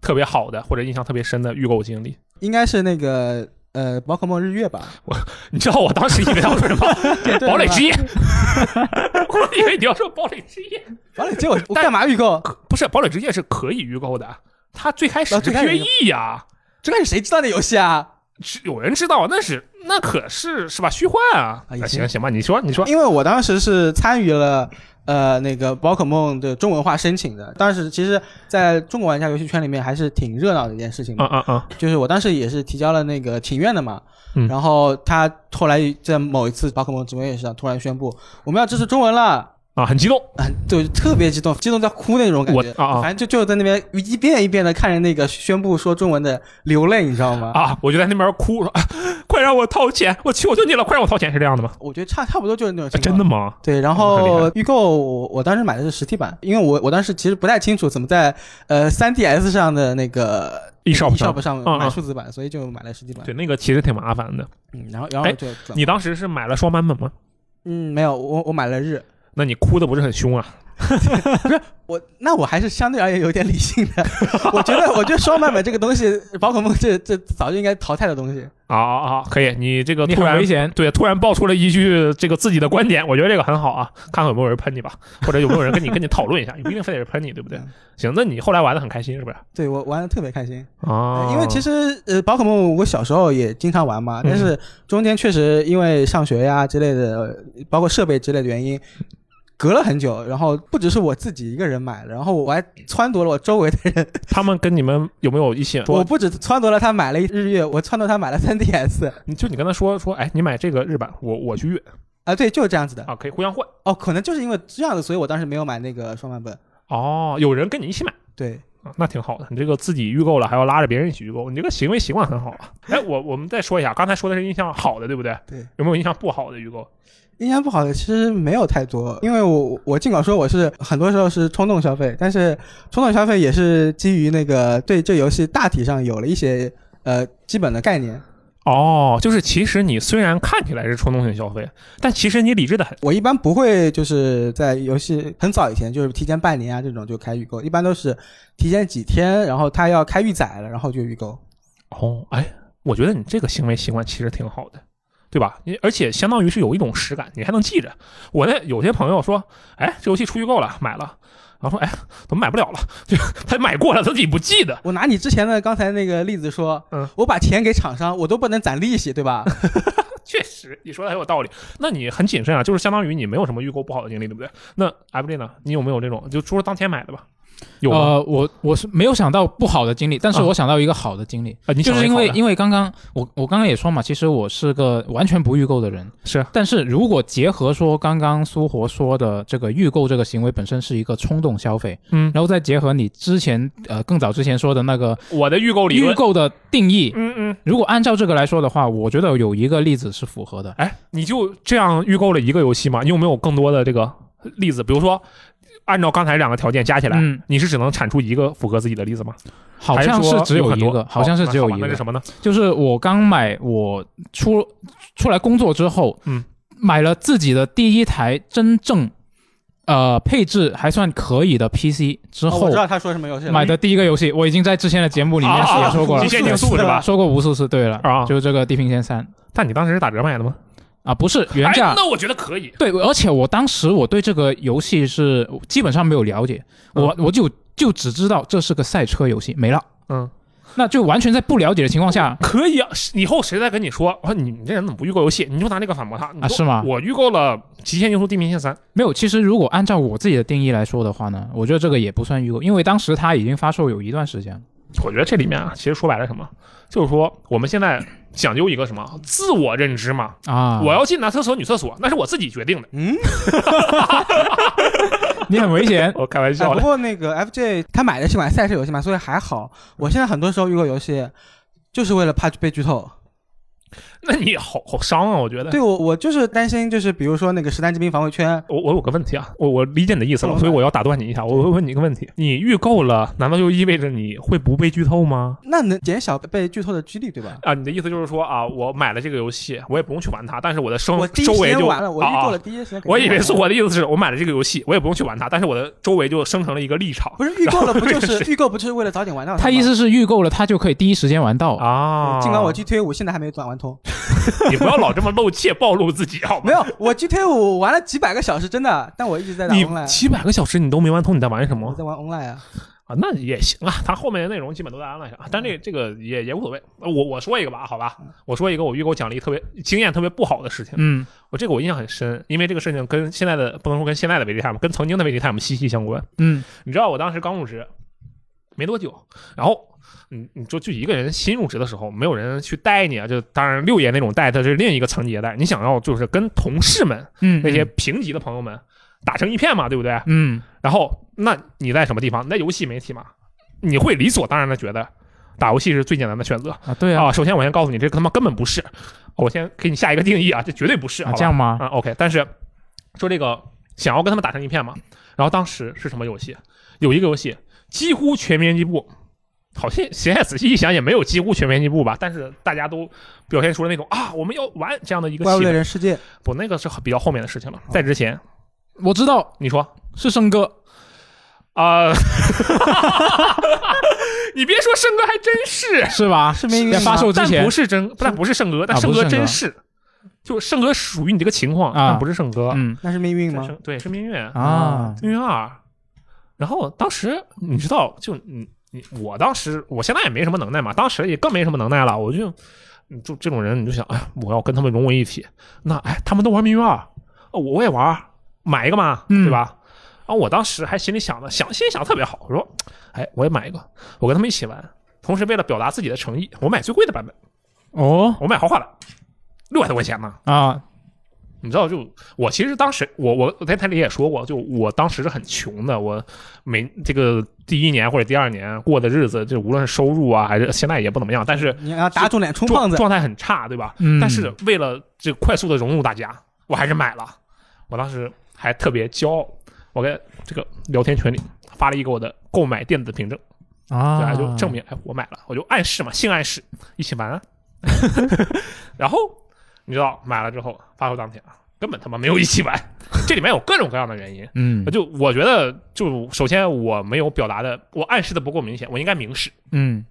特别好的或者印象特别深的预购经历？应该是那个呃宝可梦日月吧？ 你知道我当时以为他要说什么对对堡垒吧之夜， 我以为你要说堡垒之夜，堡垒结果我干嘛预购？可不是堡垒之夜是可以预购的，它最开始啊是最开始决议呀、这个是谁知道的游戏啊？是有人知道，那是那可是是吧？虚幻啊，啊也嗯那行行行吧，你说你说，因为我当时是参与了呃那个宝可梦的中文化申请的，当时其实在中国玩家游戏圈里面还是挺热闹的一件事情嘛，嗯嗯嗯，就是我当时也是提交了那个请愿的嘛，嗯然后他后来在某一次宝可梦直播会上突然宣布我们要支持中文了。啊，很激动，啊，就特别激动，激动到哭那种感觉。我啊啊反正就就在那边一遍一遍的看着那个宣布说中文的流泪，你知道吗？啊，我就在那边哭说、啊快让我掏钱，我求求你了，快让我掏钱，是这样的吗？我觉得差差不多就是那种啊情况。真的吗？哦对，然很厉后害预购我我当时买的是实体版，因为我我当时其实不太清楚怎么在呃 3DS 上的那个，E eShop 上 shop 上嗯买嗯数字版，所以就买了实体版。对，那个其实挺麻烦的。嗯，然后然后哎就你当时是买了双版本吗？嗯没有，我我买了日，那你哭的不是很凶啊？我那我还是相对而言有点理性的， 我觉得我觉得双版本这个东西，宝可梦这这早就应该淘汰的东西。啊啊啊！可以，你这个你突很然危险，对突然爆出了一句这个自己的观点，我觉得这个很好啊，看看有没有人喷你吧，或者有没有人跟你跟你讨论一下，也不一定非得是喷你，对不对嗯？行，那你后来玩的很开心是不是？对我玩的特别开心，啊，因为其实实呃宝可梦我小时候也经常玩嘛，但是中间确实因为上学呀之类的，呃包括设备之类的原因。隔了很久，然后不只是我自己一个人买了，然后我还撺掇了我周围的人，他们跟你们有没有一起我说？不止撺掇了他买了一日月，我撺掇他买了 3DS 你就你跟他说说，哎，你买这个日版，我我去越啊，对，就是这样子的啊，可以互相换。哦，可能就是因为这样子，所以我当时没有买那个双版本，哦，有人跟你一起买。对，啊，那挺好的。你这个自己预购了，还要拉着别人一起预购，你这个行为习惯很好啊。哎，我我们再说一下，刚才说的是印象好的，对不对？对，有没有印象不好的预购？印象不好的其实没有太多，因为我我尽管说我是很多时候是冲动消费，但是冲动消费也是基于那个对这游戏大体上有了一些呃基本的概念。哦，就是其实你虽然看起来是冲动性消费，但其实你理智的很。我一般不会就是在游戏很早以前，就是提前半年啊这种就开预购，一般都是提前几天，然后他要开预载了，然后就预购。哦，哎，我觉得你这个行为习惯其实挺好的，对吧？你而且相当于是有一种实感，你还能记着。我那有些朋友说，哎，这游戏出预购了，买了。然后说，哎，怎么买不了了？ 就他买过了，他自己不记得。我拿你之前的刚才那个例子说，嗯，我把钱给厂商，我都不能攒利息，对吧？确实，你说的很有道理。那你很谨慎啊，就是相当于你没有什么预购不好的经历，对不对？那艾布利呢？你有没有这种就除了当天买的吧？有吗？呃，我我是没有想到不好的经历，但是啊我想到一个好的经历，啊你就想是一因好为的因为刚刚我我刚刚也说嘛，其实我是个完全不预购的人，是但是如果结合说刚刚苏活说的这个预购这个行为本身是一个冲动消费，嗯，然后再结合你之前呃更早之前说的那个我的预购理预论，购的定义，嗯嗯，如果按照这个来说的话，我觉得有一个例子是符合的。哎，你就这样预购了一个游戏吗？你有没有更多的这个例子？比如说，按照刚才两个条件加起来，嗯你是只能产出一个符合自己的例子吗？好还像是是说只有有很一多哦个，好像是只有那好一吧那是个，什么呢？就是我刚买，我出出来工作之后，嗯，买了自己的第一台真正呃配置还算可以的 PC 之哦我后知，道他说什么游戏了，买的第一个游戏，我已经在之前的节目里面啊也说过 啊了极，限竞速是吧？说过无数次。对了啊，就是这个《地平线三》。但你当时是打折买的吗？啊，不是原价哎，那我觉得可以。对，而且我当时我对这个游戏是基本上没有了解，我我就就只知道这是个赛车游戏，没了。嗯，那就完全在不了解的情况下，可以啊。是以后谁再跟你说，我说你你这人怎么不预购游戏？你就拿这个反驳他你啊说是吗我预购了《极限运输：地平线三》，没有。其实如果按照我自己的定义来说的话呢，我觉得这个也不算预购，因为当时它已经发售有一段时间了。我觉得这里面啊，其实说白了什么，就是说我们现在讲究一个什么自我认知嘛。啊， 我要进男厕所、女厕所，那是我自己决定 的。你很危险我哦开玩 哎，笑不的。过那个 FJ 他买的是款赛车游戏嘛，所以还好。我现在很多时候预购游戏，就是为了怕被剧透。那你好好伤啊，我觉得。对我，我就是担心，就是比如说那个实弹之兵防卫圈，我我有个问题啊，我我理解你的意思了，嗯所以我要打断你一下，我会问你一个问题：你预购了，难道就意味着你会不被剧透吗？那能减小被剧透的几率，对吧？啊，你的意思就是说啊，我买了这个游戏，我也不用去玩它，但是我的生我第一周时围间嗯就玩了，我预购了啊啊第一时间肯定玩了。我以为是我的意思是我买了这个游戏，我也不用去玩它，但是我的周围就生成了一个立场不是预购了， 不就然后是预购，不就是为了早点玩到它吗？他意思是预购了，他就可以第一时间玩到。啊。尽管我 GTA 五现在还没玩玩通，你不要老这么露怯暴露自己好吗 没？有，我 GTA 五玩了几百个小时，真的，但我一直在打你 online，几百个小时你都没玩通，你在玩什我么在玩 online 啊。啊？那也行啊，它后面的内容基本都在安排上，但嗯这这个也也无所谓。呃我我说一个吧，好吧，我说一个我预购奖励特别经验特别不好的事情。嗯，我这个我印象很深，因为这个事情跟现在的不能说跟现在的维 t i m 跟曾经的维 t i m 息息相关。嗯你知道我当时刚入职没多久，然后你你就就一个人新入职的时候，没有人去带你啊，就当然六爷那种带，他是另一个层级的带。你想要就是跟同事们嗯，那些平级的朋友们打成一片嘛，对不对？嗯然后那你在什么地方？你在游戏媒体嘛，你会理所当然的觉得打游戏是最简单的选择啊，对啊，啊。首先我先告诉你，这他妈根本不是，我先给你下一个定义啊，这绝对不是，啊好吧这样吗？啊，OK，但是说这个想要跟他们打成一片嘛，然后当时是什么游戏？有一个游戏几乎全面击部，好像现在仔细一想也没有几乎全面击部吧，但是大家都表现出了那种啊我们要玩这样的一个怪物气猎氛。人世界，不，那个是比较后面的事情了，在之前我知道你说是生哥，啊， 你别说胜哥还真 是，是吧？是命运在吗发售之啊但前不是真，但不是胜哥，但啊胜不是哥胜真哥是，就胜哥属于你这个情况，啊但不是胜哥，嗯那是命运在吗？胜对，是命运啊命运二。然后当时你知道，就你你我当时我现在也没什么能耐嘛，当时也更没什么能耐了，我就你就这种人，你就想，哎，我要跟他们融为一体。那哎，他们都玩命运二，哦我也玩，买一个嘛，嗯对吧？然后我当时还心里想的，想心里想得特别好，我说，哎，我也买一个，我跟他们一起玩。同时为了表达自己的诚意，我买最贵的版本，哦我买豪华版，六百多块钱呢。啊你知道就，我其实当时我我我在台里也说过，就我当时是很穷的，我每这个第一年或者第二年过的日子，就无论是收入啊还是现在也不怎么样，但是你要打肿脸充胖状子，状态很差，对吧？嗯但是为了这快速的融入大家，我还是买了。我当时还特别骄傲，我在这个聊天群里发了一个我的购买电子凭证，对吧？啊，就证明哎我买了，我就暗示嘛，性暗示，一起玩啊。 然后你知道买了之后发售当天啊，根本他妈没有一起玩，这里面有各种各样的原因。嗯就我觉得，就首先我没有表达的，我暗示的不够明显，我应该明示。嗯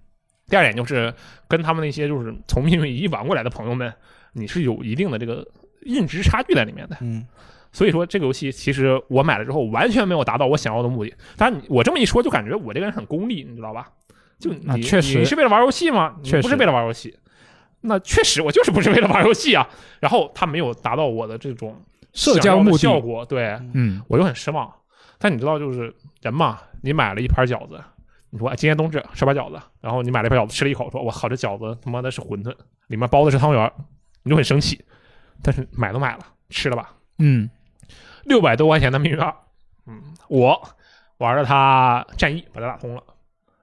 第二点就是跟他们那些就是从命运一玩过来的朋友们，你是有一定的这个认知差距在里面的。嗯，所以说这个游戏其实我买了之后完全没有达到我想要的目的。但你我这么一说，就感觉我这个人很功利，你知道吧？就你、啊确实你是为了玩游戏吗？你确实不是为了玩游戏。啊那确实，我就是不是为了玩游戏啊。然后他没有达到我的这种社想交要的目效的，果，对嗯我就很失望。但你知道，就是人嘛，你买了一盘饺子，你说哎今天冬至吃盘饺子，然后你买了一盘饺子吃了一口，说我靠，这饺子他妈的是馄饨，里面包的是汤圆儿，你就很生气。但是买都买了，吃了吧，嗯六百多块钱的命运二，嗯，我玩了它战役，把它打通了，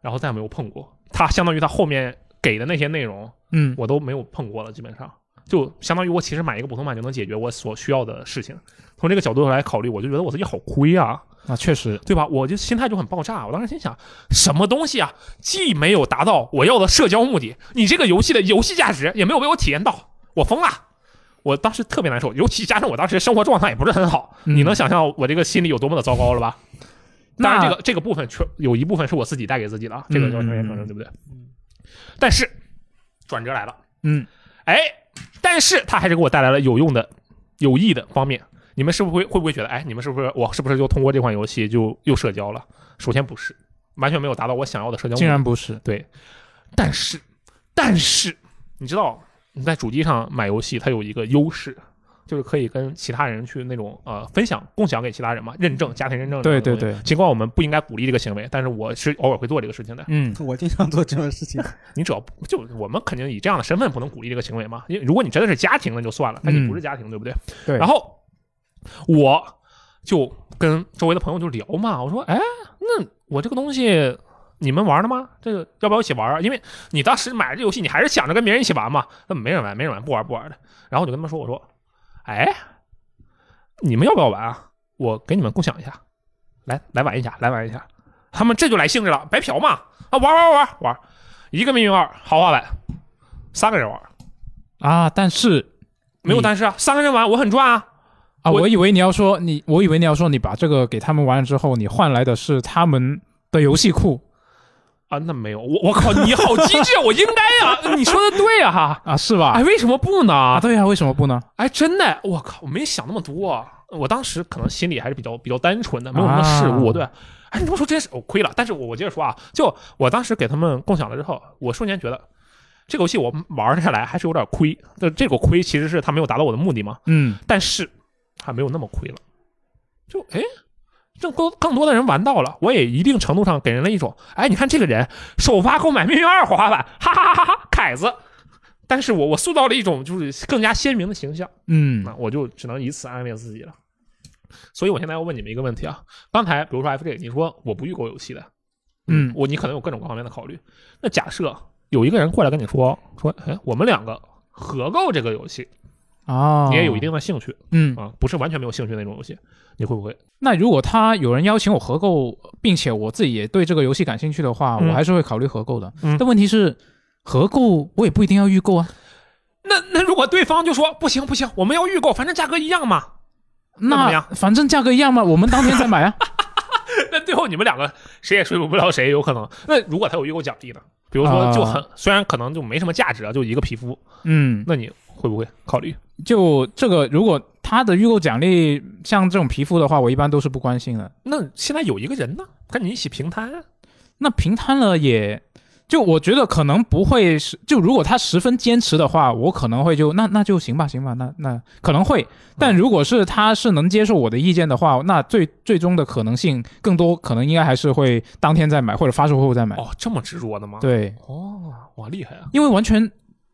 然后再也没有碰过。它相当于它后面给的那些内容，嗯我都没有碰过了，基本上就相当于我其实买一个普通版就能解决我所需要的事情。从这个角度来考虑，我就觉得我自己好亏啊，啊，确实对吧？我就心态就很爆炸。我当时心想，什么东西啊，既没有达到我要的社交目的，你这个游戏的游戏价值也没有被我体验到，我疯了。我当时特别难受，尤其加上我当时生活状态也不是很好，嗯你能想象我这个心里有多么的糟糕了吧？当那然，这个这个部分全有一部分是我自己带给自己的啊，这个要承认承认，对不对？但是转折来了，嗯哎，但是它还是给我带来了有用的有益的方面，你们是不是会会不会觉得，哎，你们是不是我是不是就通过这款游戏就又社交了？首先不是，完全没有达到我想要的社交目竟的。然不是，对，但是但是你知道你在主机上买游戏，它有一个优势。就是可以跟其他人去那种呃分享、共享给其他人嘛，认证、家庭认证。对对，对，尽管我们不应该鼓励这个行为，但是我是偶尔会做这个事情的。嗯，我经常做这种事情。你只要不就我们肯定以这样的身份不能鼓励这个行为嘛，因为如果你真的是家庭那就算了，但你不是家庭，对不对？对然后我就跟周围的朋友就聊嘛，我说，哎，那我这个东西你们玩了吗？这个要不要一起玩啊？因为你当时买这游戏，你还是想着跟别人一起玩嘛，那没人玩，没人玩，不玩不玩的。然后我就跟他们说，我说，哎，你们要不要玩啊？我给你们共享一下，来来玩一下，来玩一下。他们这就来兴致了，白嫖嘛，啊，玩玩玩玩，一个命运二豪华版，三个人玩，啊，但是没有但是啊，三个人玩我很赚啊，啊，我我以为你要说你，我以为你要说你把这个给他们玩了之后，你换来的是他们的游戏库啊，那没有，我我靠，你好机智，我应该啊，你说的对啊哈，啊，是吧？哎，为什么不啊，呢？对呀、为什么不呢？哎，真的，我靠，我没想那么多、啊我当时可能心里还是比较比较单纯的，没有什么事物。啊对，哎，你这么说真是我亏了。但是我我接着说啊，就我当时给他们共享了之后，我瞬间觉得这个游戏我玩下来还是有点亏。就这个亏其实是他没有达到我的目的嘛，嗯，但是还没有那么亏了。就哎，这更更多的人玩到了，我也一定程度上给人了一种，哎，你看这个人首发购买《命运二》豪华版，哈哈哈哈，凯子。但是我我塑造了一种就是更加鲜明的形象，嗯那我就只能以此安慰自己了。所以我现在要问你们一个问题啊，刚才比如说 F J，你说我不预购游戏的，嗯我你可能有各种各方面的考虑。那假设有一个人过来跟你说说，哎，我们两个合购这个游戏，啊，你也有一定的兴趣、嗯。啊，不是完全没有兴趣那种游戏，你会不会？那如果他有人邀请我合购，并且我自己也对这个游戏感兴趣的话，嗯我还是会考虑合购的。嗯但问题是，合购我也不一定要预购啊。那那如果对方就说不行不行，我们要预购，反正价格一样嘛。那怎么那样反正价格一样嘛，我们当天再 买啊。那最后你们两个谁也说服不了谁，有可能。那如果他有预购奖励呢？比如说啊就很、虽然可能就没什么价值啊，就一个皮肤，嗯，那你会不会考虑？就这个，如果他的预购奖励像这种皮肤的话，我一般都是不关心的。那现在有一个人呢，跟你一起平摊啊，那平摊了也，就我觉得可能不会是，就如果他十分坚持的话，我可能会就那那就行吧，行吧，那那可能会。嗯但如果是他是能接受我的意见的话，那最最终的可能性更多，可能应该还是会当天再买或者发售后再买。哦，这么执着的吗？，对，哦，哇，厉害啊！因为完全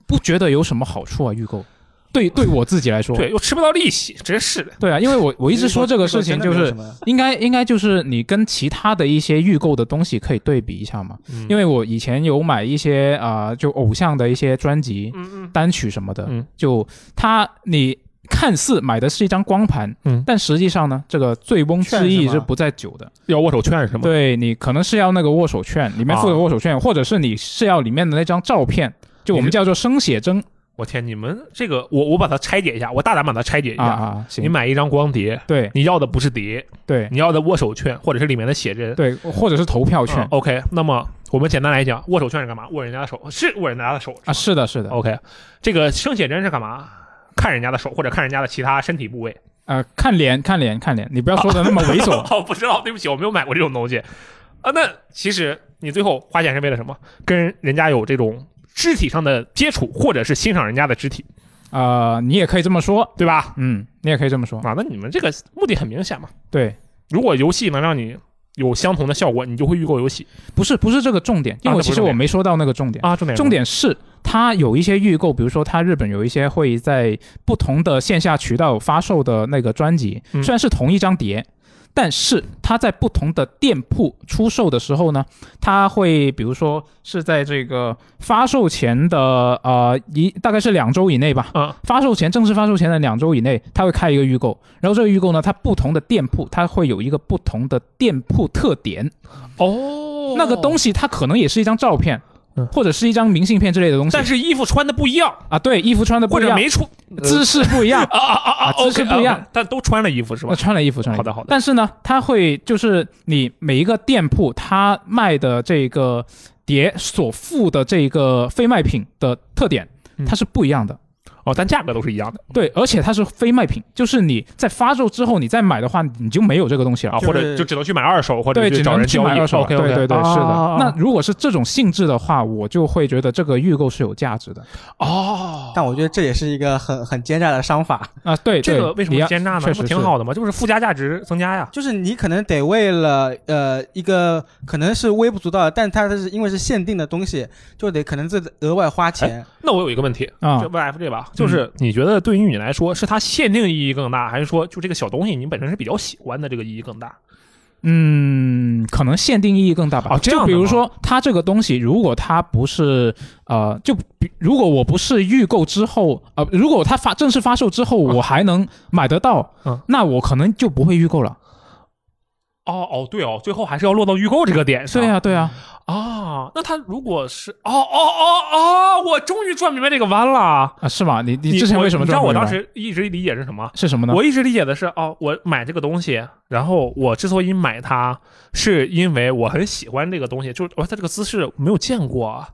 不觉得有什么好处啊，预购。对，对我自己来说，对，又吃不到利息，真是的。对啊，因为我我我一直说这个事情就是。应该应该就是你跟其他的一些预购的东西可以对比一下嘛，因为，为我以前有买一些啊、呃就偶像的一些专辑、嗯单曲什么的，嗯就它你看似买的是一张光盘，嗯但实际上呢，这个醉翁之券是意吗是不在酒的，要握手券是吗？，啊对你可能是要那个握手券，里面附的握手券，或者是你是要里面的那张照片。就我你们是叫做生写真我天，你们这个，我我把它拆解一下，我大胆把它拆解一啊下。啊，哎你行，买一嗯张光碟，对你要的不是碟，对你要的握手券或者是里面的写真。对，或者是投票券嗯 OK，那么我们简单来讲，握手券是干嘛？握人家的手，是握人家的手啊，吗是的，是的， OK，这个生写真是干嘛？看人家的手或者看人家的其他身体部位。呃，看脸，看脸，看脸，你不要说的那么猥琐哦，不知道，对不 起，我没有买过这种东西。啊，那其实你最后花钱是为了什么？跟人家有这种肢体上的接触，或者是欣赏人家的肢体，啊、呃你也可以这么说，对吧？嗯，你也可以这么说，啊，那你们这个目的很明显嘛。对，如果游戏能让你有相同的效果，你就会预购游戏不是不是这个重点，啊那因为不是其实重我点没说到那个重点。啊。重点重点是它有一些预购，比如说它日本有一些会在不同的线下渠道发售的那个专辑，嗯虽然是同一张碟。但是它在不同的店铺出售的时候呢，它会比如说是在这个发售前的呃一大概是两周以内吧，啊，发售前正式发售前的两周以内，它会开一个预购，然后这个预购呢，它不同的店铺它会有一个不同的店铺特点，哦那个东西它可能也是一张照片嗯。或者是一张明信片之类的东西但是衣服穿的不一嗯样，啊，对，衣服穿的不或一者呃样，没出，姿势不一样啊啊啊啊啊，姿势 OK，不一样啊，OK，但都穿了衣服是吧我？穿了衣服，穿了衣好服的好的但是呢，它会就是你每一个店铺它卖的这个碟所附的这个非卖品的特点嗯，它是不一样的。哦，但价格都是一样的对，而且它是非卖品，就是你在发售之后你再买的话，你就没有这个东西了。啊，就是或者就只能去买二手，或者对，去只找能人去交买易。哦啊二手。 OK，对对对，是的。那那如果是这种性质的话，我就会觉得这个预购是有价值的哦，但我觉得这也是一个很很奸诈的商法，啊。对，这个对为什么你要奸诈呢？确这实不挺是好的吗？这不是附加价值增加呀？就是你可能得为了呃一个可能是微不足道的，但它是因为是限定的东西，就得可能自己额外哎花钱。那我有一个问题，啊就？YFJ 吧，就是嗯你觉得对于你来说，是它限定意义更大，还是说就这个小东西你本身是比较喜欢的，这个意义更大？嗯，可能限定意义更大吧。哦这样的就比如吗说，它这个东西，如果它不是呃，就比如果我不是预购之后，呃，如果它发正式发售之后，嗯我还能买得到，嗯那我可能就不会预购了。哦哦，对哦，最后还是要落到预购这个点上。对呀、对呀、啊，那他如果是哦哦哦哦，我终于转明白这个弯了。啊，是吗？你你之前我为什么你这知道么我认为当时一直理解是什么？是什么呢？我一直理解的是，哦，我买这个东西，然后我之所以买它，是因为我很喜欢这个东西，就是哦我它这个姿势没有见过啊，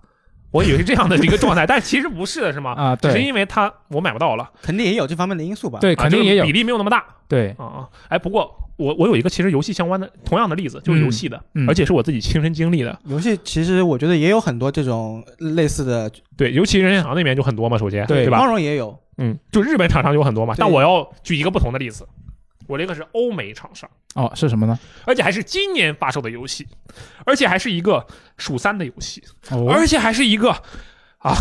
我以为是这样的一个状 态，但其实不是的，是吗？啊，只是对因为它我买不到了，肯定也有这方面的因素吧？，对，啊肯定也有就是比例没有那么大对，啊啊。哎，不过我我有一个其实游戏相关的同样的例子，就是游戏的，嗯嗯而且是我自己亲身经历的。游戏其实我觉得也有很多这种类似的，对，尤其任天堂那边就很多嘛，首先对对吧？光荣也有，嗯，就日本厂商有很多嘛，对但我要举一个不同的例子，我这个是欧美厂商，哦，是什么呢？而且还是今年发售的游戏，而且还是一个数三的游戏，哦而且还是一个啊，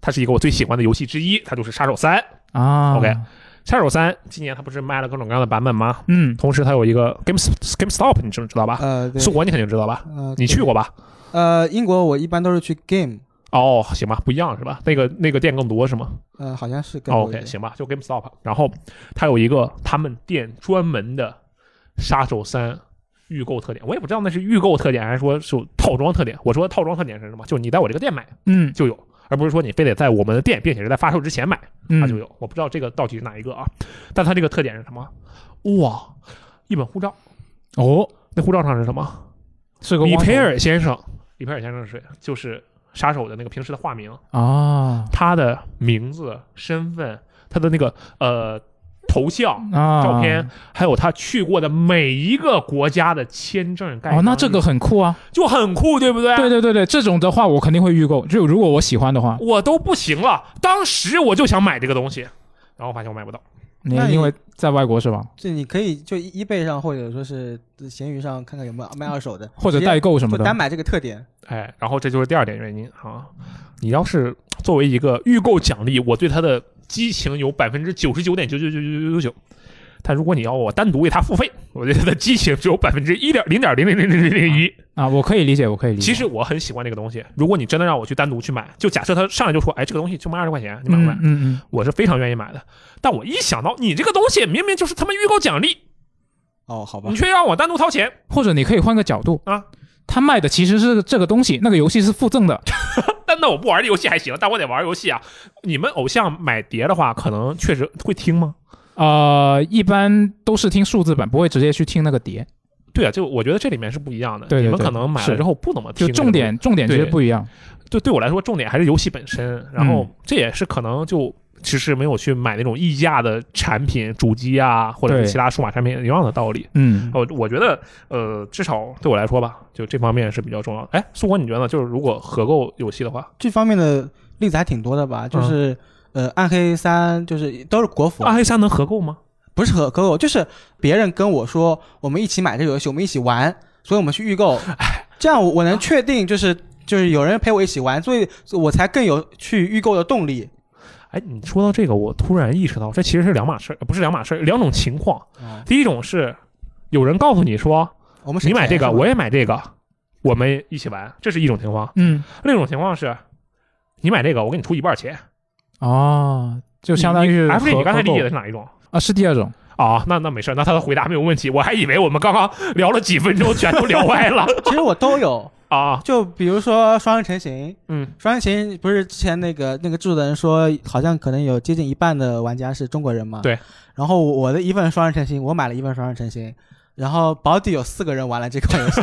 它是一个我最喜欢的游戏之一，它就是《杀手三》。啊 OK 《杀手三》今年它不是卖了各种各样的版本吗？嗯，同时它有一个 Game GameStop，你知不知啊道吧？呃，对苏国你肯定知道吧？呃，你去过吧？呃，英国我一般都是去 Game，哦，行吧，不一样是吧？那个那个店更多是吗？呃，好像是 Game 哦多一点。 OK，行吧，就 GameStop。然后它有一个他们店专门的《杀手三》预购特点，我也不知道那是预购特点还是说是有套装特点。我说套装特点是什么？就是你在我这个店买嗯就有，而不是说你非得在我们的店，并且是在发售之前买它就嗯，有。我不知道这个到底是哪一个啊，但它这个特点是什么？哇，一本护照，哦，那护照上是什么？是个里汪佩头尔先生，里佩尔先生是谁？就是杀手的那个平时的化名。啊他的名字、身份、他的那个呃头像、啊照片，还有他去过的每一个国家的签证盖章。哦，那这个很酷啊！就很酷，对不对？对对对对，这种的话我肯定会预购，就如果我喜欢的话，我都不行了，当时我就想买这个东西，然后发现我买不到。你那你因为在外国是吧？这你可以就 eBay 上或者说是闲鱼上看看有没有卖二手的，或者直接代购什么就单的，买这个特点。哎，然后这就是第二点原因啊。你要是作为一个预购奖励，我对它的激情有百分之九十九点九九九九九九九，但如果你要我单独为它付费，我对它的激情只有百分之一点零点零零零零零一。啊，我可以理解，我可以理解。其实我很喜欢这个东西。如果你真的让我去单独去买，就假设他上来就说：“哎，这个东西就卖二十块钱，你买不买？”嗯嗯我是非常愿意买的。但我一想到你这个东西明明就是他们预购奖励，哦，好吧你，却让我单独掏钱嗯，，或者你可以换个角度啊，他卖的其实是这个东西，那个游戏是附赠的，但那我不玩这游戏还行，但我得玩游戏啊。你们偶像买碟的话，可能确实会听吗？呃，一般都是听数字版，不会直接去听那个碟，对啊，就我觉得这里面是不一样的。对对你们对可能买了是之后不怎么听就这个东西。重点重点其实对不一样。对对我来说，重点还是游戏本身。然后嗯这也是可能就其实没有去买那种溢价的产品，主机啊，或者对是其他数码产品一样的道理。嗯，我哦我觉得，呃，至少对我来说吧，就这方面是比较重要的。哎，苏国，你觉得呢？就是如果合购游戏的话，这方面的例子还挺多的嗯吧？就是、呃，暗黑三就是都是国服，暗黑三能合购吗？不是和可口，就是别人跟我说我们一起买这个游戏，我们一起玩，所以我们去预购，哎这样我我能确定就是。就是有人陪我一起玩，所以所以我才更有去预购的动力。哎，你说到这个，我突然意识到，这其实是两码事儿，呃不是两码事儿，两种情况。哦、第一种是有人告诉你说，我们省你买这钱个，是吧我也买这个，我们一起玩，这是一种情况。嗯另一种情况是，你买这个，我给你出一半钱。哦，就相当于 F J，合你刚才理解的合是哪一种？购啊，是第二种。啊，那那没事，那他的回答没有问题。我还以为我们刚刚聊了几分钟，全都聊歪了其实我都有。 啊。就比如说双人成型，嗯，双人成型不是之前那个那个制作人说，好像可能有接近一半的玩家是中国人嘛？对。然后我的一份双人成型，我买了一份双人成型， 然后保底有四个人玩了这款游戏。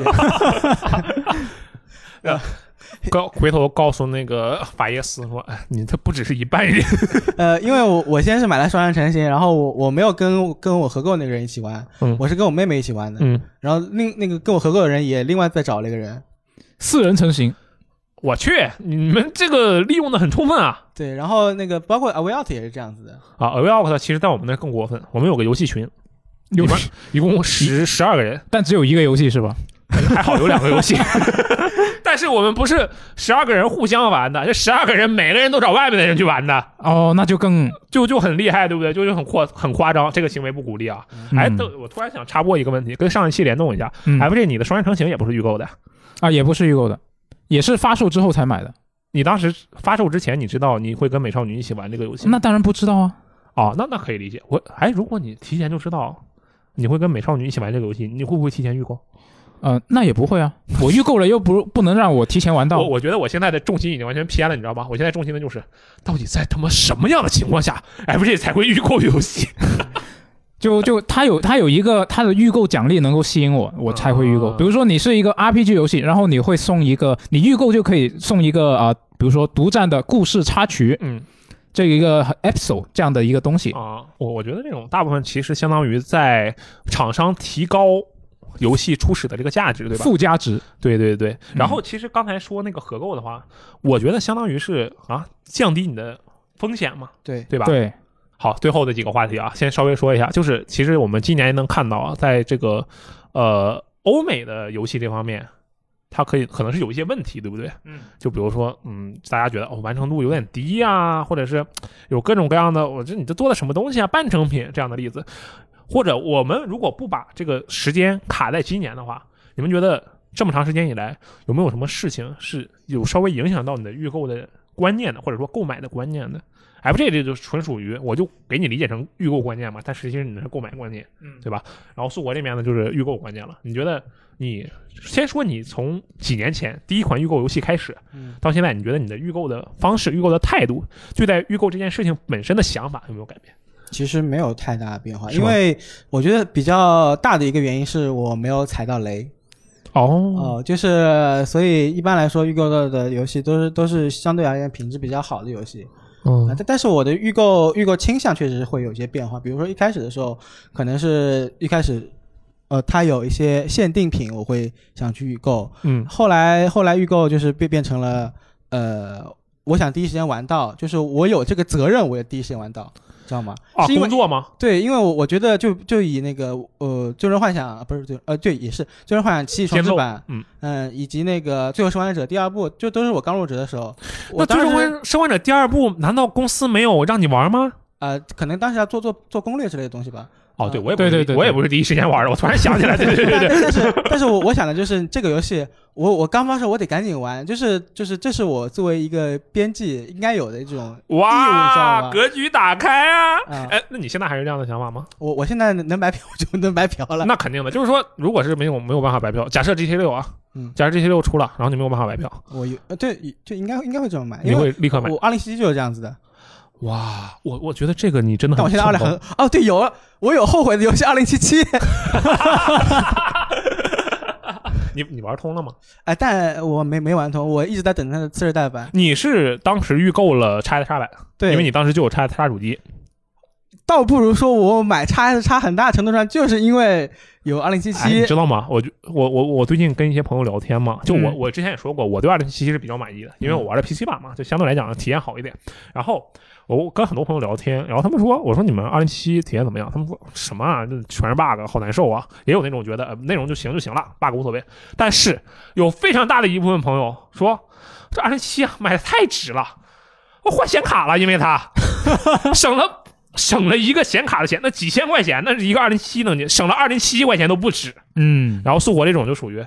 告回头告诉那个法耶斯说，哎，你这不只是一半人，呃，因为我我先是买了双人成型，然后我我没有跟跟我合购那个人一起玩，嗯我是跟我妹妹一起玩的。嗯，然后另那个跟我合购的人也另外再找了一个人，四人成型，我去，你们这个利用的很充分啊！对，然后那个包括 a w a y t 也是这样子的，啊 a w a l k 其实在我们那更过分，我们有个游戏群，里面一共十十二个人， 但只有一个游戏是吧？还好有两个游戏。 但是我们不是十二个人互相玩的，这十二个人每个人都找外面的人去玩的，哦，那就更就就很厉害，对不对？就就很夸很夸张，这个行为不鼓励啊！哎，嗯都我突然想插播一个问题，跟上一期联动一下嗯，FJ 你的双人成型也不是预购的，啊，也不是预购的，也是发售之后才买的。你当时发售之前你知道你会跟美少女一起玩这个游戏吗？那当然不知道啊，哦，那那可以理解。我哎，如果你提前就知道你会跟美少女一起玩这个游戏，你会不会提前预购？呃，那也不会啊，我预购了又不不能让我提前玩到我，我觉得我现在的重心已经完全偏了，你知道吗？我现在重心的就是，到底在他妈什么样的情况下 FJ 才会预购游戏？就就它有它有一个它的预购奖励能够吸引我，我才会预购。啊比如说你是一个 RPG 游戏，然后你会送一个，你预购就可以送一个啊、比如说独占的故事插曲嗯 这一个 episode 这样的一个东西。啊，我我觉得这种大部分其实相当于在厂商提高游戏初始的这个价值，对吧？附加值，对对对。然后其实刚才说那个合购的话，我觉得相当于是啊，降低你的风险嘛，对，对吧？对，好，最后的几个话题啊，先稍微说一下，就是其实我们今年能看到啊，在这个呃欧美的游戏这方面，它可以可能是有一些问题，对不对？嗯，就比如说，嗯，大家觉得哦完成度有点低呀、或者是有各种各样的，我这你这做的什么东西啊，半成品这样的例子，或者我们如果不把这个时间卡在今年的话，你们觉得这么长时间以来有没有什么事情是有稍微影响到你的预购的观念的，或者说购买的观念的？FJ 这就纯属于，我就给你理解成预购观念嘛，但实际上你是购买观念，嗯对吧？然后苏国这边呢，就是预购观念了。你觉得你先说你从几年前第一款预购游戏开始，嗯，到现在，你觉得你的预购的方式、预购的态度，对待预购这件事情本身的想法有没有改变？其实没有太大的变化，是因吗为我觉得比较大的一个原因是我没有踩到雷，哦，哦、就是所以一般来说预购到的游戏都是都是相对而言品质比较好的游戏，啊、嗯但但是我的预购预购倾向确实是会有一些变化，比如说一开始的时候，可能是一开始，呃，它有一些限定品，我会想去预购。嗯后来后来预购就是变变成了，呃，我想第一时间玩到，就是我有这个责任，我也第一时间玩到，知道吗？啊，是因为工作吗？对，因为我我觉得就就以那个呃《最终幻想》啊不是最呃对也是《最终幻想七》重天置漏版，嗯以及那个《最后生还者》第二部，就都是我刚入职的时 候。那《我最当时终幻生还者》第二部，难道公司没有让你玩吗？呃，可能当时要做做做攻略之类的东西吧。哦，啊对，我也不是对对对我也不是第一时间玩的，我突然想起 来，对对对对对，但是，但是我我想的就是这个游戏，我我刚发售，我得赶紧玩，就是就是这是我作为一个编辑应该有的这种哇，义务你知道吧格局打开啊！啊。哎，那你现在还是这样的想法吗？我我现在能白嫖我就能白嫖了。那肯定的，就是说，如果是没有没有办法白嫖，假设 GT 六啊，嗯假设 GT 六出了，然后你没有办法白嫖，我有呃对，就应该应该会这么买，你因为会立刻买。我二零七七就是这样子的。哇，我我觉得这个你真的很但我现在二成 两功很哦，对，有了我有后悔的游戏二零七七，你你玩通了吗？哎，但我没没玩通，我一直在等它的次世代版。你是当时预购了 x S 叉版，对，因为你当时就有 x S 叉主机。倒不如说我买叉 S 叉很大程度上就是因为有二零七哎，你七知，道吗？我就我我我最近跟一些朋友聊天嘛，就我、嗯我之前也说过，我对二零七七是比较满意的，因为我玩的 PC 版嘛，就相对来讲体验好一点。然后我跟很多朋友聊天，然后他们说，我说你们二零七七体验怎么样？他们说什么啊，这全是 bug，好难受啊。也有那种觉得、呃、内容就行就行了，bug 无所谓。但是有非常大的一部分朋友说，这二零七啊买的太值了，我换显卡了，因为它省了。省了一个显卡的钱，那几千块钱，那是一个二零七能省了二零七块钱都不止。嗯，然后速活这种就属于，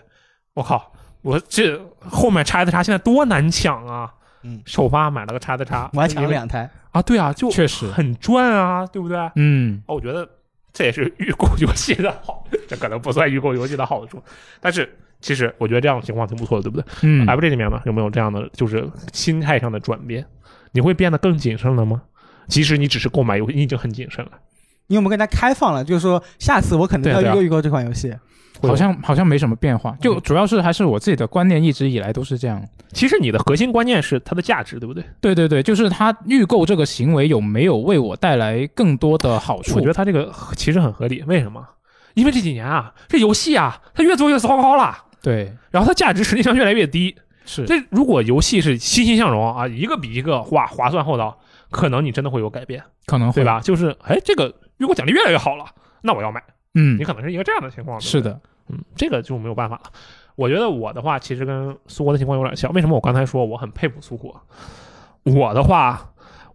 我靠，我这后面叉 S 叉现在多难抢啊！嗯首发买了个叉 S 叉，我还抢了因为两台。啊，对啊，就确实，很赚啊，对不对？啊，嗯，我觉得这也是预购游戏的好， 这可能不算预购游戏的好处，但是其实我觉得这样的情况挺不错的，对不对嗯， ？F J 里面呢有没有这样的就是心态上的转变？你会变得更谨慎了吗？即使你只是购买游戏，你已经很谨慎了。因为我们跟它开放了，就是说下次我可能对啊要对啊预购预购这款游戏。会有嗯好像好像没什么变化，就主要是还是我自己的观念一直以来都是这样。其实你的核心观念是它的价值，对不对？对对对，就是它预购这个行为有没有为我带来更多的好我处觉？得它这个其实很合理，为什么？因为这几年啊，这游戏啊，它越做越糟糕了，对，然后它价值实际上越来越低。是这如果游戏是欣欣向荣啊，一个比一个哇划算厚道，可能你真的会有改变，可能会对？吧？就是哎，这个预购奖励越来越好了，那我要买。嗯你，可能是一个这样的情况。对不对是，的，嗯，这个就没有办法了。我觉得我的话其实跟苏国的情况有点像。为什么我刚才说我很佩服苏国？我的话，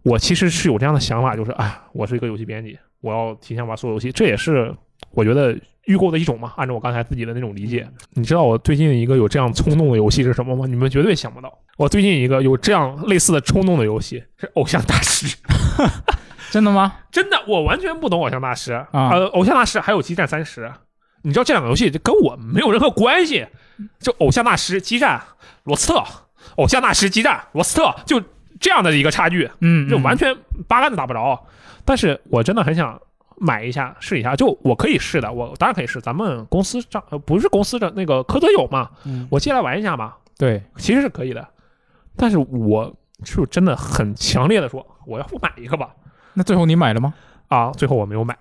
我其实是有这样的想法，就是哎，我是一个游戏编辑，我要提前玩所有游戏，这也是我觉得预购的一种嘛。按照我刚才自己的那种理嗯解，你知道我最近一个有这样冲动的游戏是什么吗？你们绝对想不到。我最近一个有这样类似的冲动的游戏是《偶像大师》。真的吗？真的，我完全不懂偶像大师啊啊呃，偶像大师还有激战三十，你知道这两个游戏就跟我没有任何关系。就偶像大师、激战、罗斯特，偶像大师、激战、罗斯特，就这样的一个差距，嗯，就嗯完全八竿子打不着。但是我真的很想买一下试一下，就我可以试的，我当然可以试。咱们公司账呃不是公司的那个科德有嘛，嗯我借来玩一下嘛，对，其实是可以的。但是我就真的很强烈的说，我要不买一个吧。那最后你买了吗？啊，最后我没有买，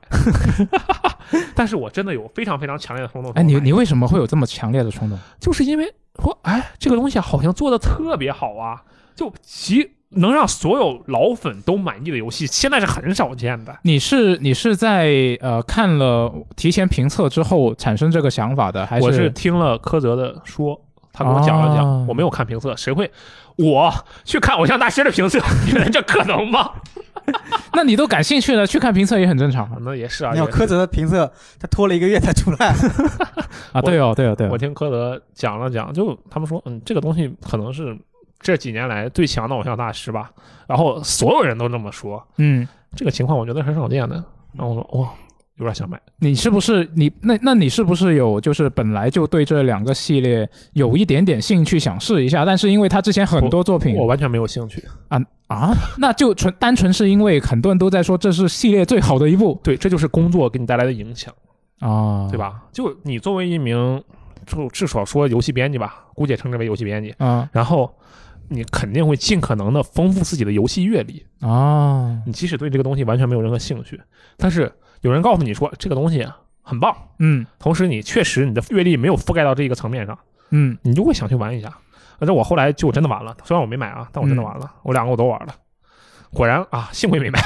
但是我真的有非常非常强烈的冲动。哎，你你为什么会有这么强烈的冲动？就是因为说，哎，这个东西好像做的特别好啊，就其能让所有老粉都满意的游戏，现在是很少见的。你是你是在呃看了提前评测之后产生这个想法的，还我是啊是听了柯泽的说。他跟我讲了讲，哦我没有看评测，谁会我去看偶像大师的评测？ 你们这可能吗？那你都感兴趣了，去看评测也很正常啊那也是啊，你要也苛责的评测，他拖了一个月才出来。啊。对哦，对哦，对我哦，听柯德讲了讲，就他们说，嗯，这个东西可能是这几年来最强的偶像大师吧。然后所有人都这么说，嗯，这个情况我觉得很少见的。然后我说，哇、有点想买。你是不是你那那你是不是有就是本来就对这两个系列有一点点兴趣，想试一下，但是因为他之前很多作品我完全没有兴趣。啊啊，那就纯单纯是因为很多人都在说这是系列最好的一部对，这就是工作给你带来的影响，啊，对？吧？就你作为一名，就至少说游戏编辑吧，姑且称之为游戏编辑，啊然后。你肯定会尽可能的丰富自己的游戏阅历。啊，你即使对这个东西完全没有任何兴趣，但是有人告诉你说这个东西啊很棒，嗯同时你确实你的阅历没有覆盖到这一个层面上，嗯，你就会想去玩一下。反正我后来就真的玩了，虽然我没买啊，但我真的玩了，我两个我都玩了。果然啊，幸亏没买，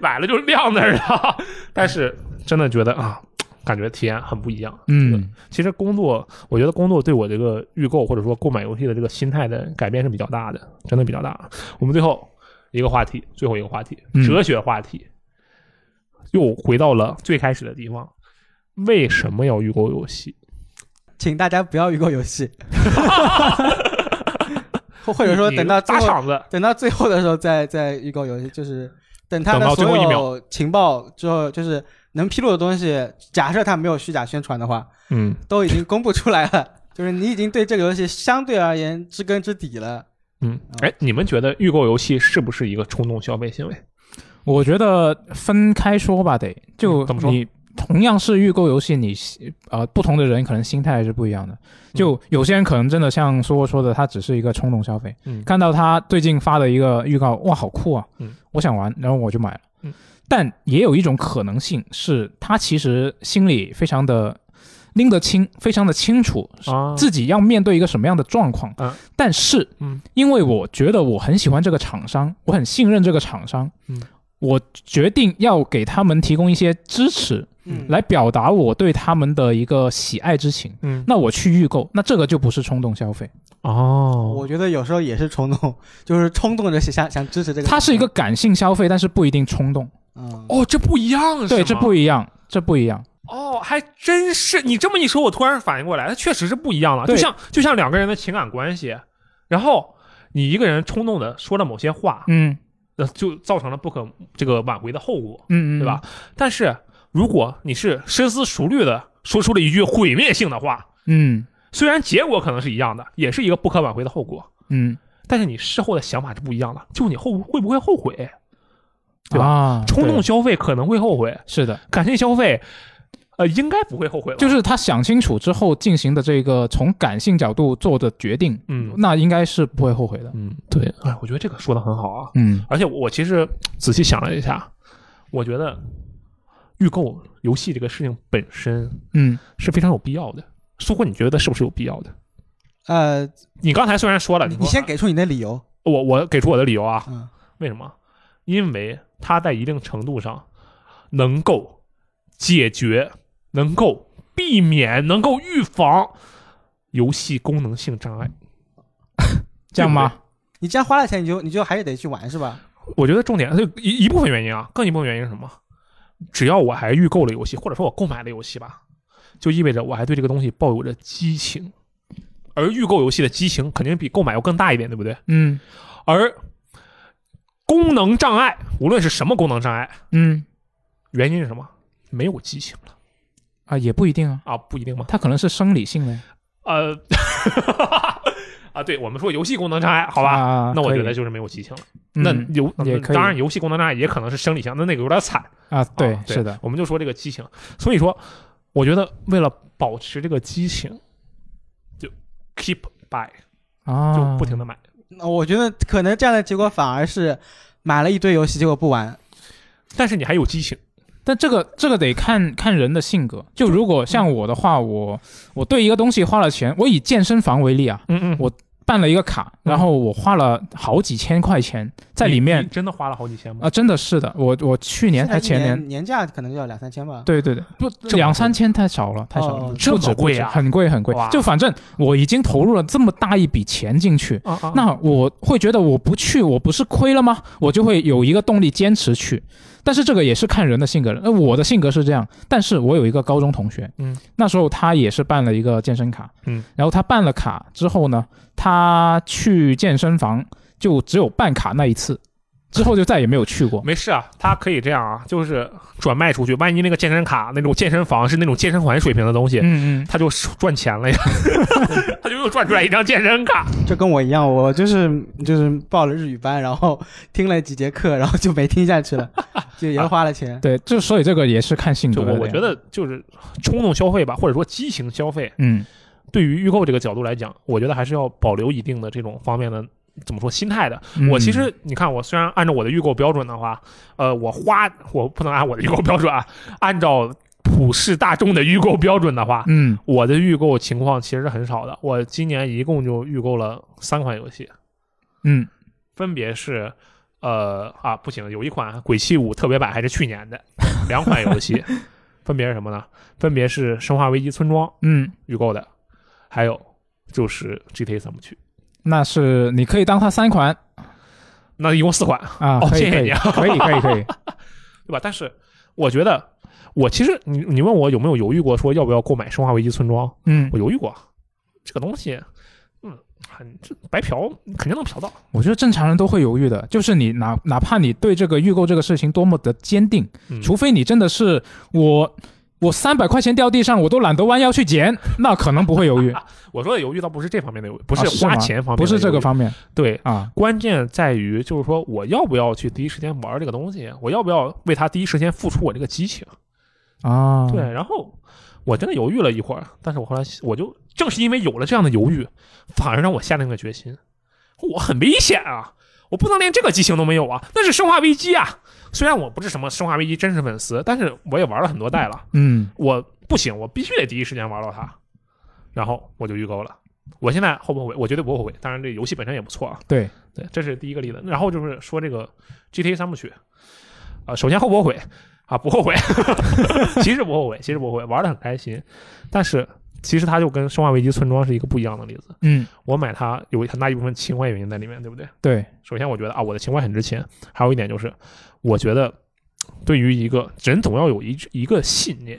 买了就晾那儿了。但是真的觉得啊，感觉体验很不一样。嗯，其实工作，我觉得工作对我这个预购或者说购买游戏的这个心态的改变是比较大的，真的比较大。我们最后一个话题，最后一个话题，嗯哲学话题，又回到了最开始的地方。为什么要预购游戏？请大家不要预购游 戏，或或者说你等到最砸后场子，等到最后的时候再再预购游戏，就是等他等到的最所后一秒有情报之后，就是能披露的东西，假设他没有虚假宣传的话，嗯，都已经公布出来了， 就是你已经对这个游戏相对而言知根知底了。嗯，哎，你们觉得预购游戏是不是一个冲动消费行为？我觉得分开说吧，得就嗯怎么说你同样是预购游戏，你呃不同的人可能心态是不一样嗯的。就有些人可能真的像说说的，他只是一个冲动消费，嗯看到他最近发的一个预告，哇，好酷啊，嗯我想玩，然后我就买了。嗯但也有一种可能性是，他其实心里非常的拎得清，非常的清楚，啊自己要面对一个什么样的状况。啊但是，嗯因为我觉得我很喜欢这个厂商，我很信任这个厂商，嗯我决定要给他们提供一些支持，嗯来表达我对他们的一个喜爱之情。嗯，那我去预购，那这个就不是冲动消费，哦，我觉得有时候也是冲动， 就是冲动着想想支持这个。它是一个，感性消费，但是不一定冲动。嗯，哦，这不一样，对，这不一样，这不一样。哦，还真是。你这么一说，我突然反应过来，它确实是不一样了。就对像就像两个人的情感关系，然后你一个人冲动的说了某些话，嗯那就造成了不可这个挽回的后果，嗯嗯，对吧？？但是如果你是深思熟虑的说出了一句毁灭性的话，嗯虽然结果可能是一样的，也是一个不可挽回的后果，嗯，但是你事后的想法是不一样的，就你后会不会后悔？对吧吧？冲动啊对消费可能会后悔，是的，感性消费呃，应该不会后悔吧？就是他想清楚之后进行的这个从感性角度做的决定，嗯那应该是不会后悔的。嗯，对，哎，我觉得这个说的很好啊。嗯，而且我我其实仔细想了一下，我觉得预购游戏这个事情本身嗯，是非常有必要的。苏坤，你觉得是不是有必要的？呃，你刚才虽然说了，你说你啊先给出你的理由。我，我给出我的理由啊，嗯，为什么？因为它在一定程度上能够解决、能够避免、能够预防游戏功能性障碍。这样吗？你既然花了钱，你就你就还是得去玩是吧？我觉得重点就一一部分原因啊，更一部分原因是什么？只要我还预购了游戏，或者说我购买了游戏吧，就意味着我还对这个东西抱有着激情，而预购游戏的激情肯定比购买要更大一点，对不对？嗯而功能障碍，无论是什么功能障碍，嗯原因是什么？没有激情了啊，也不一定啊，啊，不一定吗？他可能是生理性的，呃， 啊，对我们说游戏功能障碍，好吧，啊那我可以觉得就是没有激情了。嗯那游也可以当然游戏功能障碍也可能是生理性，那那个有点惨。啊，对啊，是的，我们就说这个激情。所以说，我觉得为了保持这个激情，就 keep buy，啊，就不停的买。那我觉得可能这样的结果反而是买了一堆游戏，结果不玩。但是你还有激情，但这个这个得看看人的性格。就如果像我的话，我我对一个东西花了钱，我以健身房为例啊，嗯嗯办了一个卡，嗯然后我花了好几千块钱在里面真的花了好几千吗？啊，真的是的，我我去年还前年，年年假可能就要两三千吧。对对对，不这么两三千太少了，太少哦了，这么不止贵啊不止很贵很贵哇。就反正我已经投入了这么大一笔钱进去，啊啊，那我会觉得我不去，我不是亏了吗？我就会有一个动力坚持去。但是这个也是看人的性格的，那我的性格是这样。但是我有一个高中同学，嗯，那时候他也是办了一个健身卡，嗯，然后他办了卡之后呢，他去健身房就只有办卡那一次，之后就再也没有去过。没事啊，他可以这样啊，就是转卖出去。万一那个健身卡那种健身房是那种健身环水平的东西，嗯嗯，他就赚钱 了呀，他就又赚出来一张健身卡。这跟我一样，我就是就是报了日语班，然后听了几节课，然后就没听下去 了，就也是花了钱。对，就所以这个也是看性格就的我我觉，得就是冲动消费吧，或者说激情消费，嗯对于预购这个角度来讲，我觉得还是要保留一定的这种方面的怎么说心态的。嗯我其实你看，我虽然按照我的预购标准的话，呃，我花我不能按我的预购标准啊，按照普世大众的预购标准的话，嗯我的预购情况其实是很少的。我今年一共就预购了三款游戏，嗯分别是。呃啊，不行，有一款《鬼泣五》特别版还是去年的，两款游 戏，分别是什么呢？分别是《生化危机：村庄》嗯，预购的，还有就是 GTA 三部曲，那是你可以当它三款那一共四款，啊，哦可以谢谢可你以啊可以可以 可以，对吧？但是我觉得，我其实你你问我有没有犹豫过说要不要购买《生化危机：村庄》，嗯我，犹豫过，这个东西，嗯，很这白嫖肯定能嫖到，我觉得正常人都会犹豫的，就是你哪哪怕你对这个预购这个事情多么的坚定，嗯除非你真的是我我三百块钱掉地上我都懒得弯腰去 捡，那可能不会 犹豫，啊我说的犹豫倒不是这方面的犹豫，不不是花钱方面的不是这犹个豫方面对。啊，关键在于，就是说，我要不要去第一时间玩这个东西？我要不要为它第一时间付出我这个激情？啊，对，，然后我真的犹豫了一会儿，但是我后来我就正是因为有了这样的犹豫，反而让我下定了决心，我很危险啊，我不能连这个激情都没有啊，那是《生化危机》啊。虽然我不是什么《生化危机》真实粉丝，但是我也玩了很多代了，嗯我不行，我必须得第一时间玩到它，然后我就预购了。我现在后不后悔？我绝对不后悔。当然，这游戏本身也不错啊。对，对，这是第一个例子。然后就是说这个 GTA 三部曲，啊、首先后不后悔啊？不后悔， 其实不后悔，其实不后悔，玩的很开心。但是其实它就跟《生化危机：村庄》是一个不一样的例子。嗯我买它有很大一部分情怀原因在里面，对不对？对，首先我觉得啊，我的情怀很值钱。还有一点就是，我觉得对于一个人总要有一一个信念，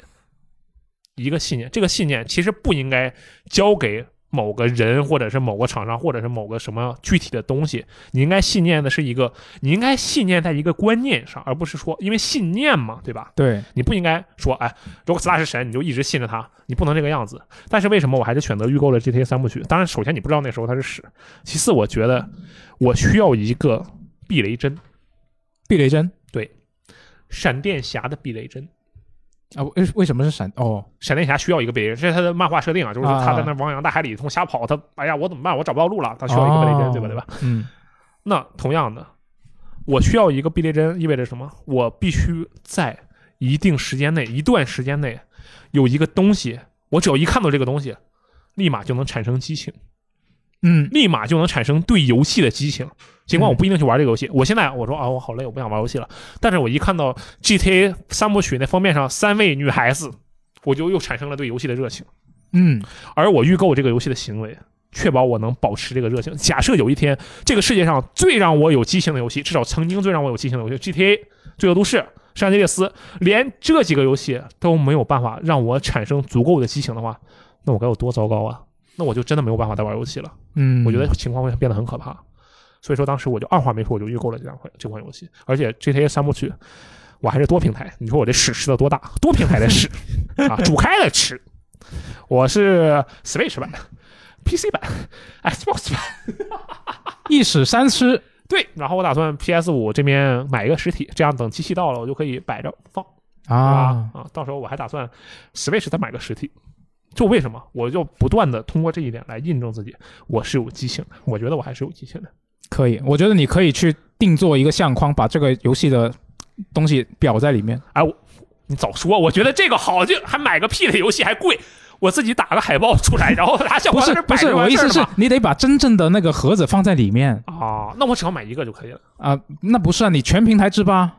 一个信念，这个信念其实不应该交给某个人，或者是某个厂商，或者是某个什么具体的东西。你应该信念的是一个，你应该信念在一个观念上，而不是说因为信念嘛，对吧？对，你不应该说，哎，Rockstar 是神，你就一直信着他，你不能这个样子。但是为什么我还是选择预购了 GTA 三部曲？当然，首先你不知道那时候它是屎，其次我觉得我需要一个避雷针，避雷针闪电侠的避雷针。啊，为为什么是闪？哦，闪电侠需要一个贝雷人，这是他的漫画设定啊，就是说他在那汪洋大海里从瞎跑，他哎呀我怎么办？我找不到路了，他需要一个贝雷针，哦对吧？对吧？嗯，那同样的，我需要一个避雷针，意味着什么？我必须在一定时间内、一段时间内有一个东西，我只要一看到这个东西，立马就能产生激情，嗯，立马就能产生对游戏的激情。尽管我嗯不一定去玩这个游戏，我现在我说啊，我好累，我不想玩游戏了。但是我一看到 GTA 三部曲那封面上三位女孩子，我就又产生了对游戏的热情。嗯，而我预购这个游戏的行为，确保我能保持这个热情。假设有一天，这个世界上最让我有激情的游戏，至少曾经最让我有激情的游戏，GTA《罪恶都市》《圣安地列斯》，连这几个游戏都没有办法让我产生足够的激情的话，那我该有多糟糕啊！那我就真的没有办法再玩游戏了。嗯，我觉得情况会变得很可怕。所以说，当时我就二话没说，我就预购了这两款这款游戏，而且 GTA 三部曲，我还是多平台。你说我这屎吃的多大？多平台的 屎啊，煮开了吃。我是 Switch 版、PC 版、Xbox 版， 一史三吃，对。然后我打算 PS 五这边买一个实体，这样等机器到了，我就可以摆着放啊，啊！到时候我还打算 Switch 再买个实体。就为什么？我就不断的通过这一点来印证自己，我是有激情的。我觉得我还是有激情的。可以，我觉得你可以去定做一个相框，把这个游戏的东西表在里面。哎你早说，我觉得这个好，就还买个屁的游戏还贵，我自己打个海报出来，然后拿相不框是这不摆是，着我完意事儿思了嘛是你得把真正的那个盒子放在里面啊，那我只要买一个就可以了啊、那不是啊，你全平台制霸。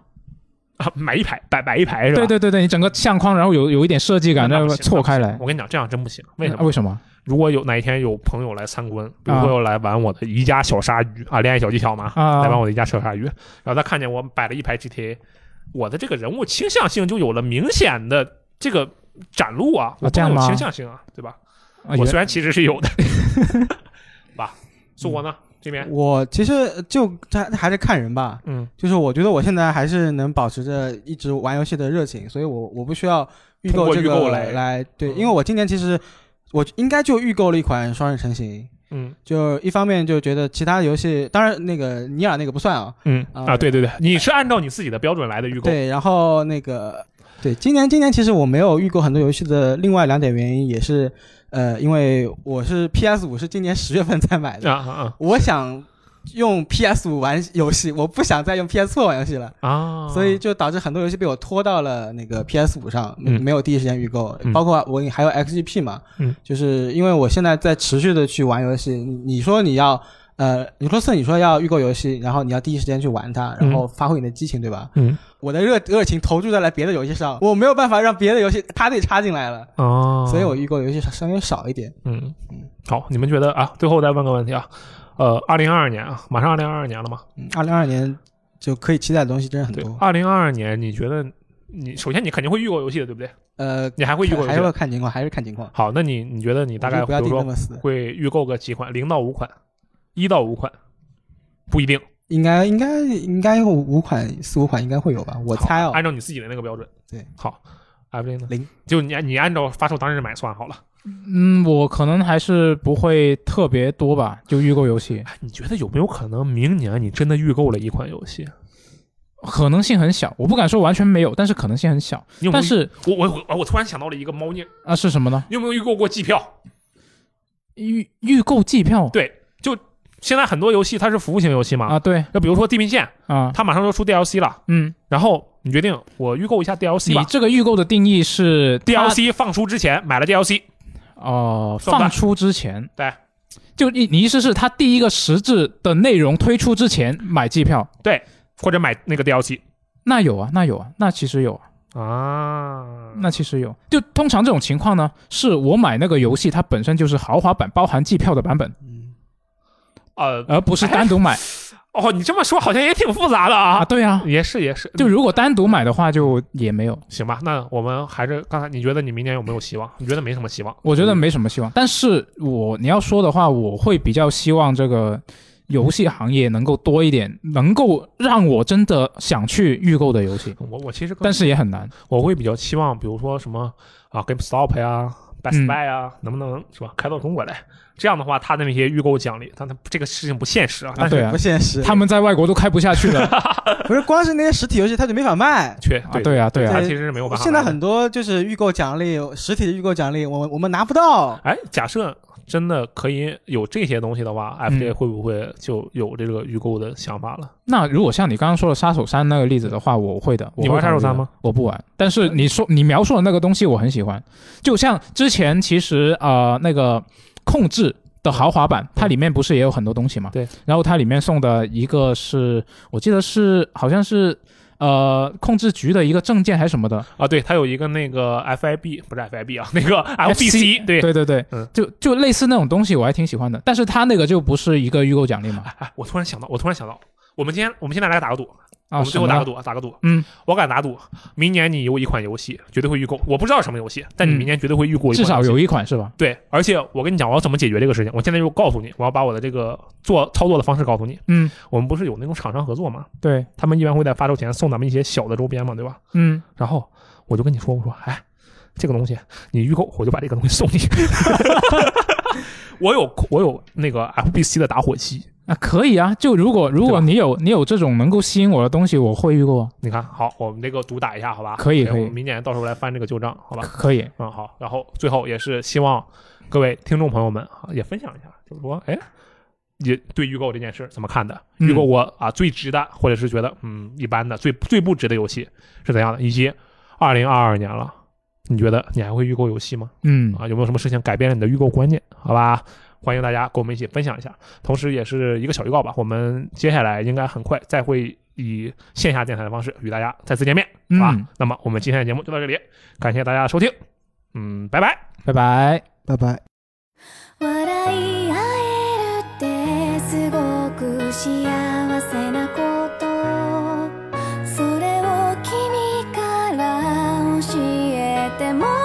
啊，买一排，摆摆一排是吧？对对对对，你整个相框，然后有有一点设计感，啊那那不行错开来。我跟你讲，这样真不行。为什啊么？为什么？如果有哪一天有朋友来参观，比如说啊要来玩我的宜家小鲨鱼啊，恋爱小技巧嘛，啊来玩我的宜家小鲨鱼，然后他看见我摆了一排 GTA，我的这个人物倾向性就有了明显的这个展露啊，我这不样能有吗倾向性啊，对吧？啊我原虽然其实是有 的，吧，苏国呢这边，我其实就还还是看人吧，嗯就是我觉得我现在还是能保持着一直玩游戏的热情，所以我我不需要预通购过这预购个来来对，嗯因为我今年其实我应该就预购了一款双人成型，嗯就一方面就觉得其他游戏，当然那个尼尔那个不算啊，嗯啊啊，对对对，你是按照你自己的标准来的预购，对，然后那个对，今年今年其实我没有预购很多游戏的另外两点原因也是，呃，因为我是 PS 五是今年十月份才买的，啊啊我想用 PS 五玩游戏，我不想再用 PS 4玩游戏了。啊啊，所以就导致很多游戏被我拖到了那个 PS 五上，嗯没有第一时间预购，嗯包括我还有 XGP 嘛，嗯就是因为我现在在持续的去玩游戏，你你说你要。呃，你说是你说要预购游戏，然后你要第一时间去玩它，然后发挥你的激情，对吧？嗯我的热热情投注在了别的游戏上，我没有办法让别的游戏插队插进来了，哦，所以我预购游戏稍微少一点。嗯好，你们觉得啊？最后再问个问题啊，呃，二零二二年啊，马上二零二二年了嘛，嗯，二零二年就可以期待的东西真的很对多，。二零二二年你觉得你首先你肯定会预购游戏的，对不对？呃，你还会预购游还是戏要？看情况，还是看情况。好，那你你觉得你大概我觉得不比如要定那说么死，会预购个几款，零到五款，一到五款，不一定，应该应该应该有五款四五款应该会有吧，我猜好啊哦按。照你自己的那个标准。对，好，艾薇呢？零，就你你按照发售当日买算好了。嗯，我可能还是不会特别多吧，就预购游戏，哎，你觉得有没有可能明年你真的预购了一款游戏？可能性很小。我不敢说完全没有，但是可能性很小。你有没有但是我我我我突然想到了一个猫腻，啊，是什么呢？你有没有预购过机票？预预购季票对，就现在很多游戏它是服务型游戏嘛，啊，对那比如说《地平线》，啊，它马上就出 DLC 了，嗯，然后你决定我预购一下 DLC 你吧。这个预购的定义是它 DLC 放出之前买了 DLC，哦，算吧放出之前对。就你你意思是，它第一个实质的内容推出之前买季票，或者买那个 DLC 那有啊，那有啊，那其实有啊，啊那其实有。就通常这种情况呢，是我买那个游戏它本身就是豪华版包含季票的版本，嗯，呃而不是单独买、哦，你这么说好像也挺复杂的啊。啊。对啊，也是也是，就如果单独买的话，就也没有，行吧，那我们还是刚才，你觉得你明年有没有希望？你觉得没什么希望？我觉得没什么希望。但是我你要说的话，我会比较希望这个游戏行业能够多一点，能够让我真的想去预购的游戏，我我其实更但是也很难。我会比较期望，比如说什么啊，GameStop 呀、Best 嗯 Buy 啊，能不能是吧开到中国来？这样的话，他的那些预购奖励，但他这个事情不现实啊。但是对啊不现实。他们在外国都开不下去了不是光是那些实体游戏，它就没法 卖。确啊！对，对啊，对他啊，其实是没有办法。现在很多就是预购奖励，实体的预购奖励，我我们拿不到。哎，假设真的可以有这些东西的话嗯，FJ 会不会就有这个预购的想法了？那如果像你刚刚说的杀手三那个例子的话，我会的。你我玩会考杀手虑三吗的？我不玩。但是你说你描述的那个东西，我很喜欢。就像之前其实呃那个控制的豪华版，它里面不是也有很多东西嘛？对。然后它里面送的一个是我记得是好像是呃控制局的一个证件还是什么的，啊，对，它有一个那个 FIB，不是 FIB 啊，那个 FBC，对。对对对，嗯就就类似那种东西，我还挺喜欢的。但是它那个就不是一个预购奖励嘛？哎哎，我突然想到，我突然想到，我们今天我们现在来打个赌，我啊，们最什后么打个赌，打个赌。嗯，我敢打赌，明年你有一款游戏绝对会预购，我不知道什么游戏，但你嗯明年绝对会预购一款游戏、至少有一款是吧？对，而且我跟你讲，我要怎么解决这个事情。我现在就告诉你，我要把我的这个做操作的方式告诉你。嗯，我们不是有那种厂商合作吗？对，他们一般会在发售前送咱们一些小的周边嘛，对吧？嗯，然后我就跟你说，我说，哎，这个东西你预购，我就把这个东西送你。 我有我有那个 FBC 的打火机，啊，可以啊。就如果如对吧果你有你有这种能够吸引我的东西，我会预购啊，你看好，我们这个主打一下，好吧？可以对可以我们明年到时候来翻这个旧账，好吧？可以。嗯，好。然后最后也是希望各位听众朋友们啊也分享一下，就是说，哎，也对预购这件事怎么看的？嗯预购我啊最值的，或者是觉得嗯一般的，最最不值的游戏是怎样的？以及二零二二年了，你觉得你还会预购游戏吗？嗯，啊，有没有什么事情改变了你的预购观念？好吧，欢迎大家跟我们一起分享一下。同时，也是一个小预告吧，我们接下来应该很快再会以线下电台的方式与大家再次见面，好吧？嗯那么我们今天的节目就到这里，感谢大家的收听，嗯，拜拜。拜拜。拜拜。笑い合えるってすごく幸せなことそれを君から教えてもら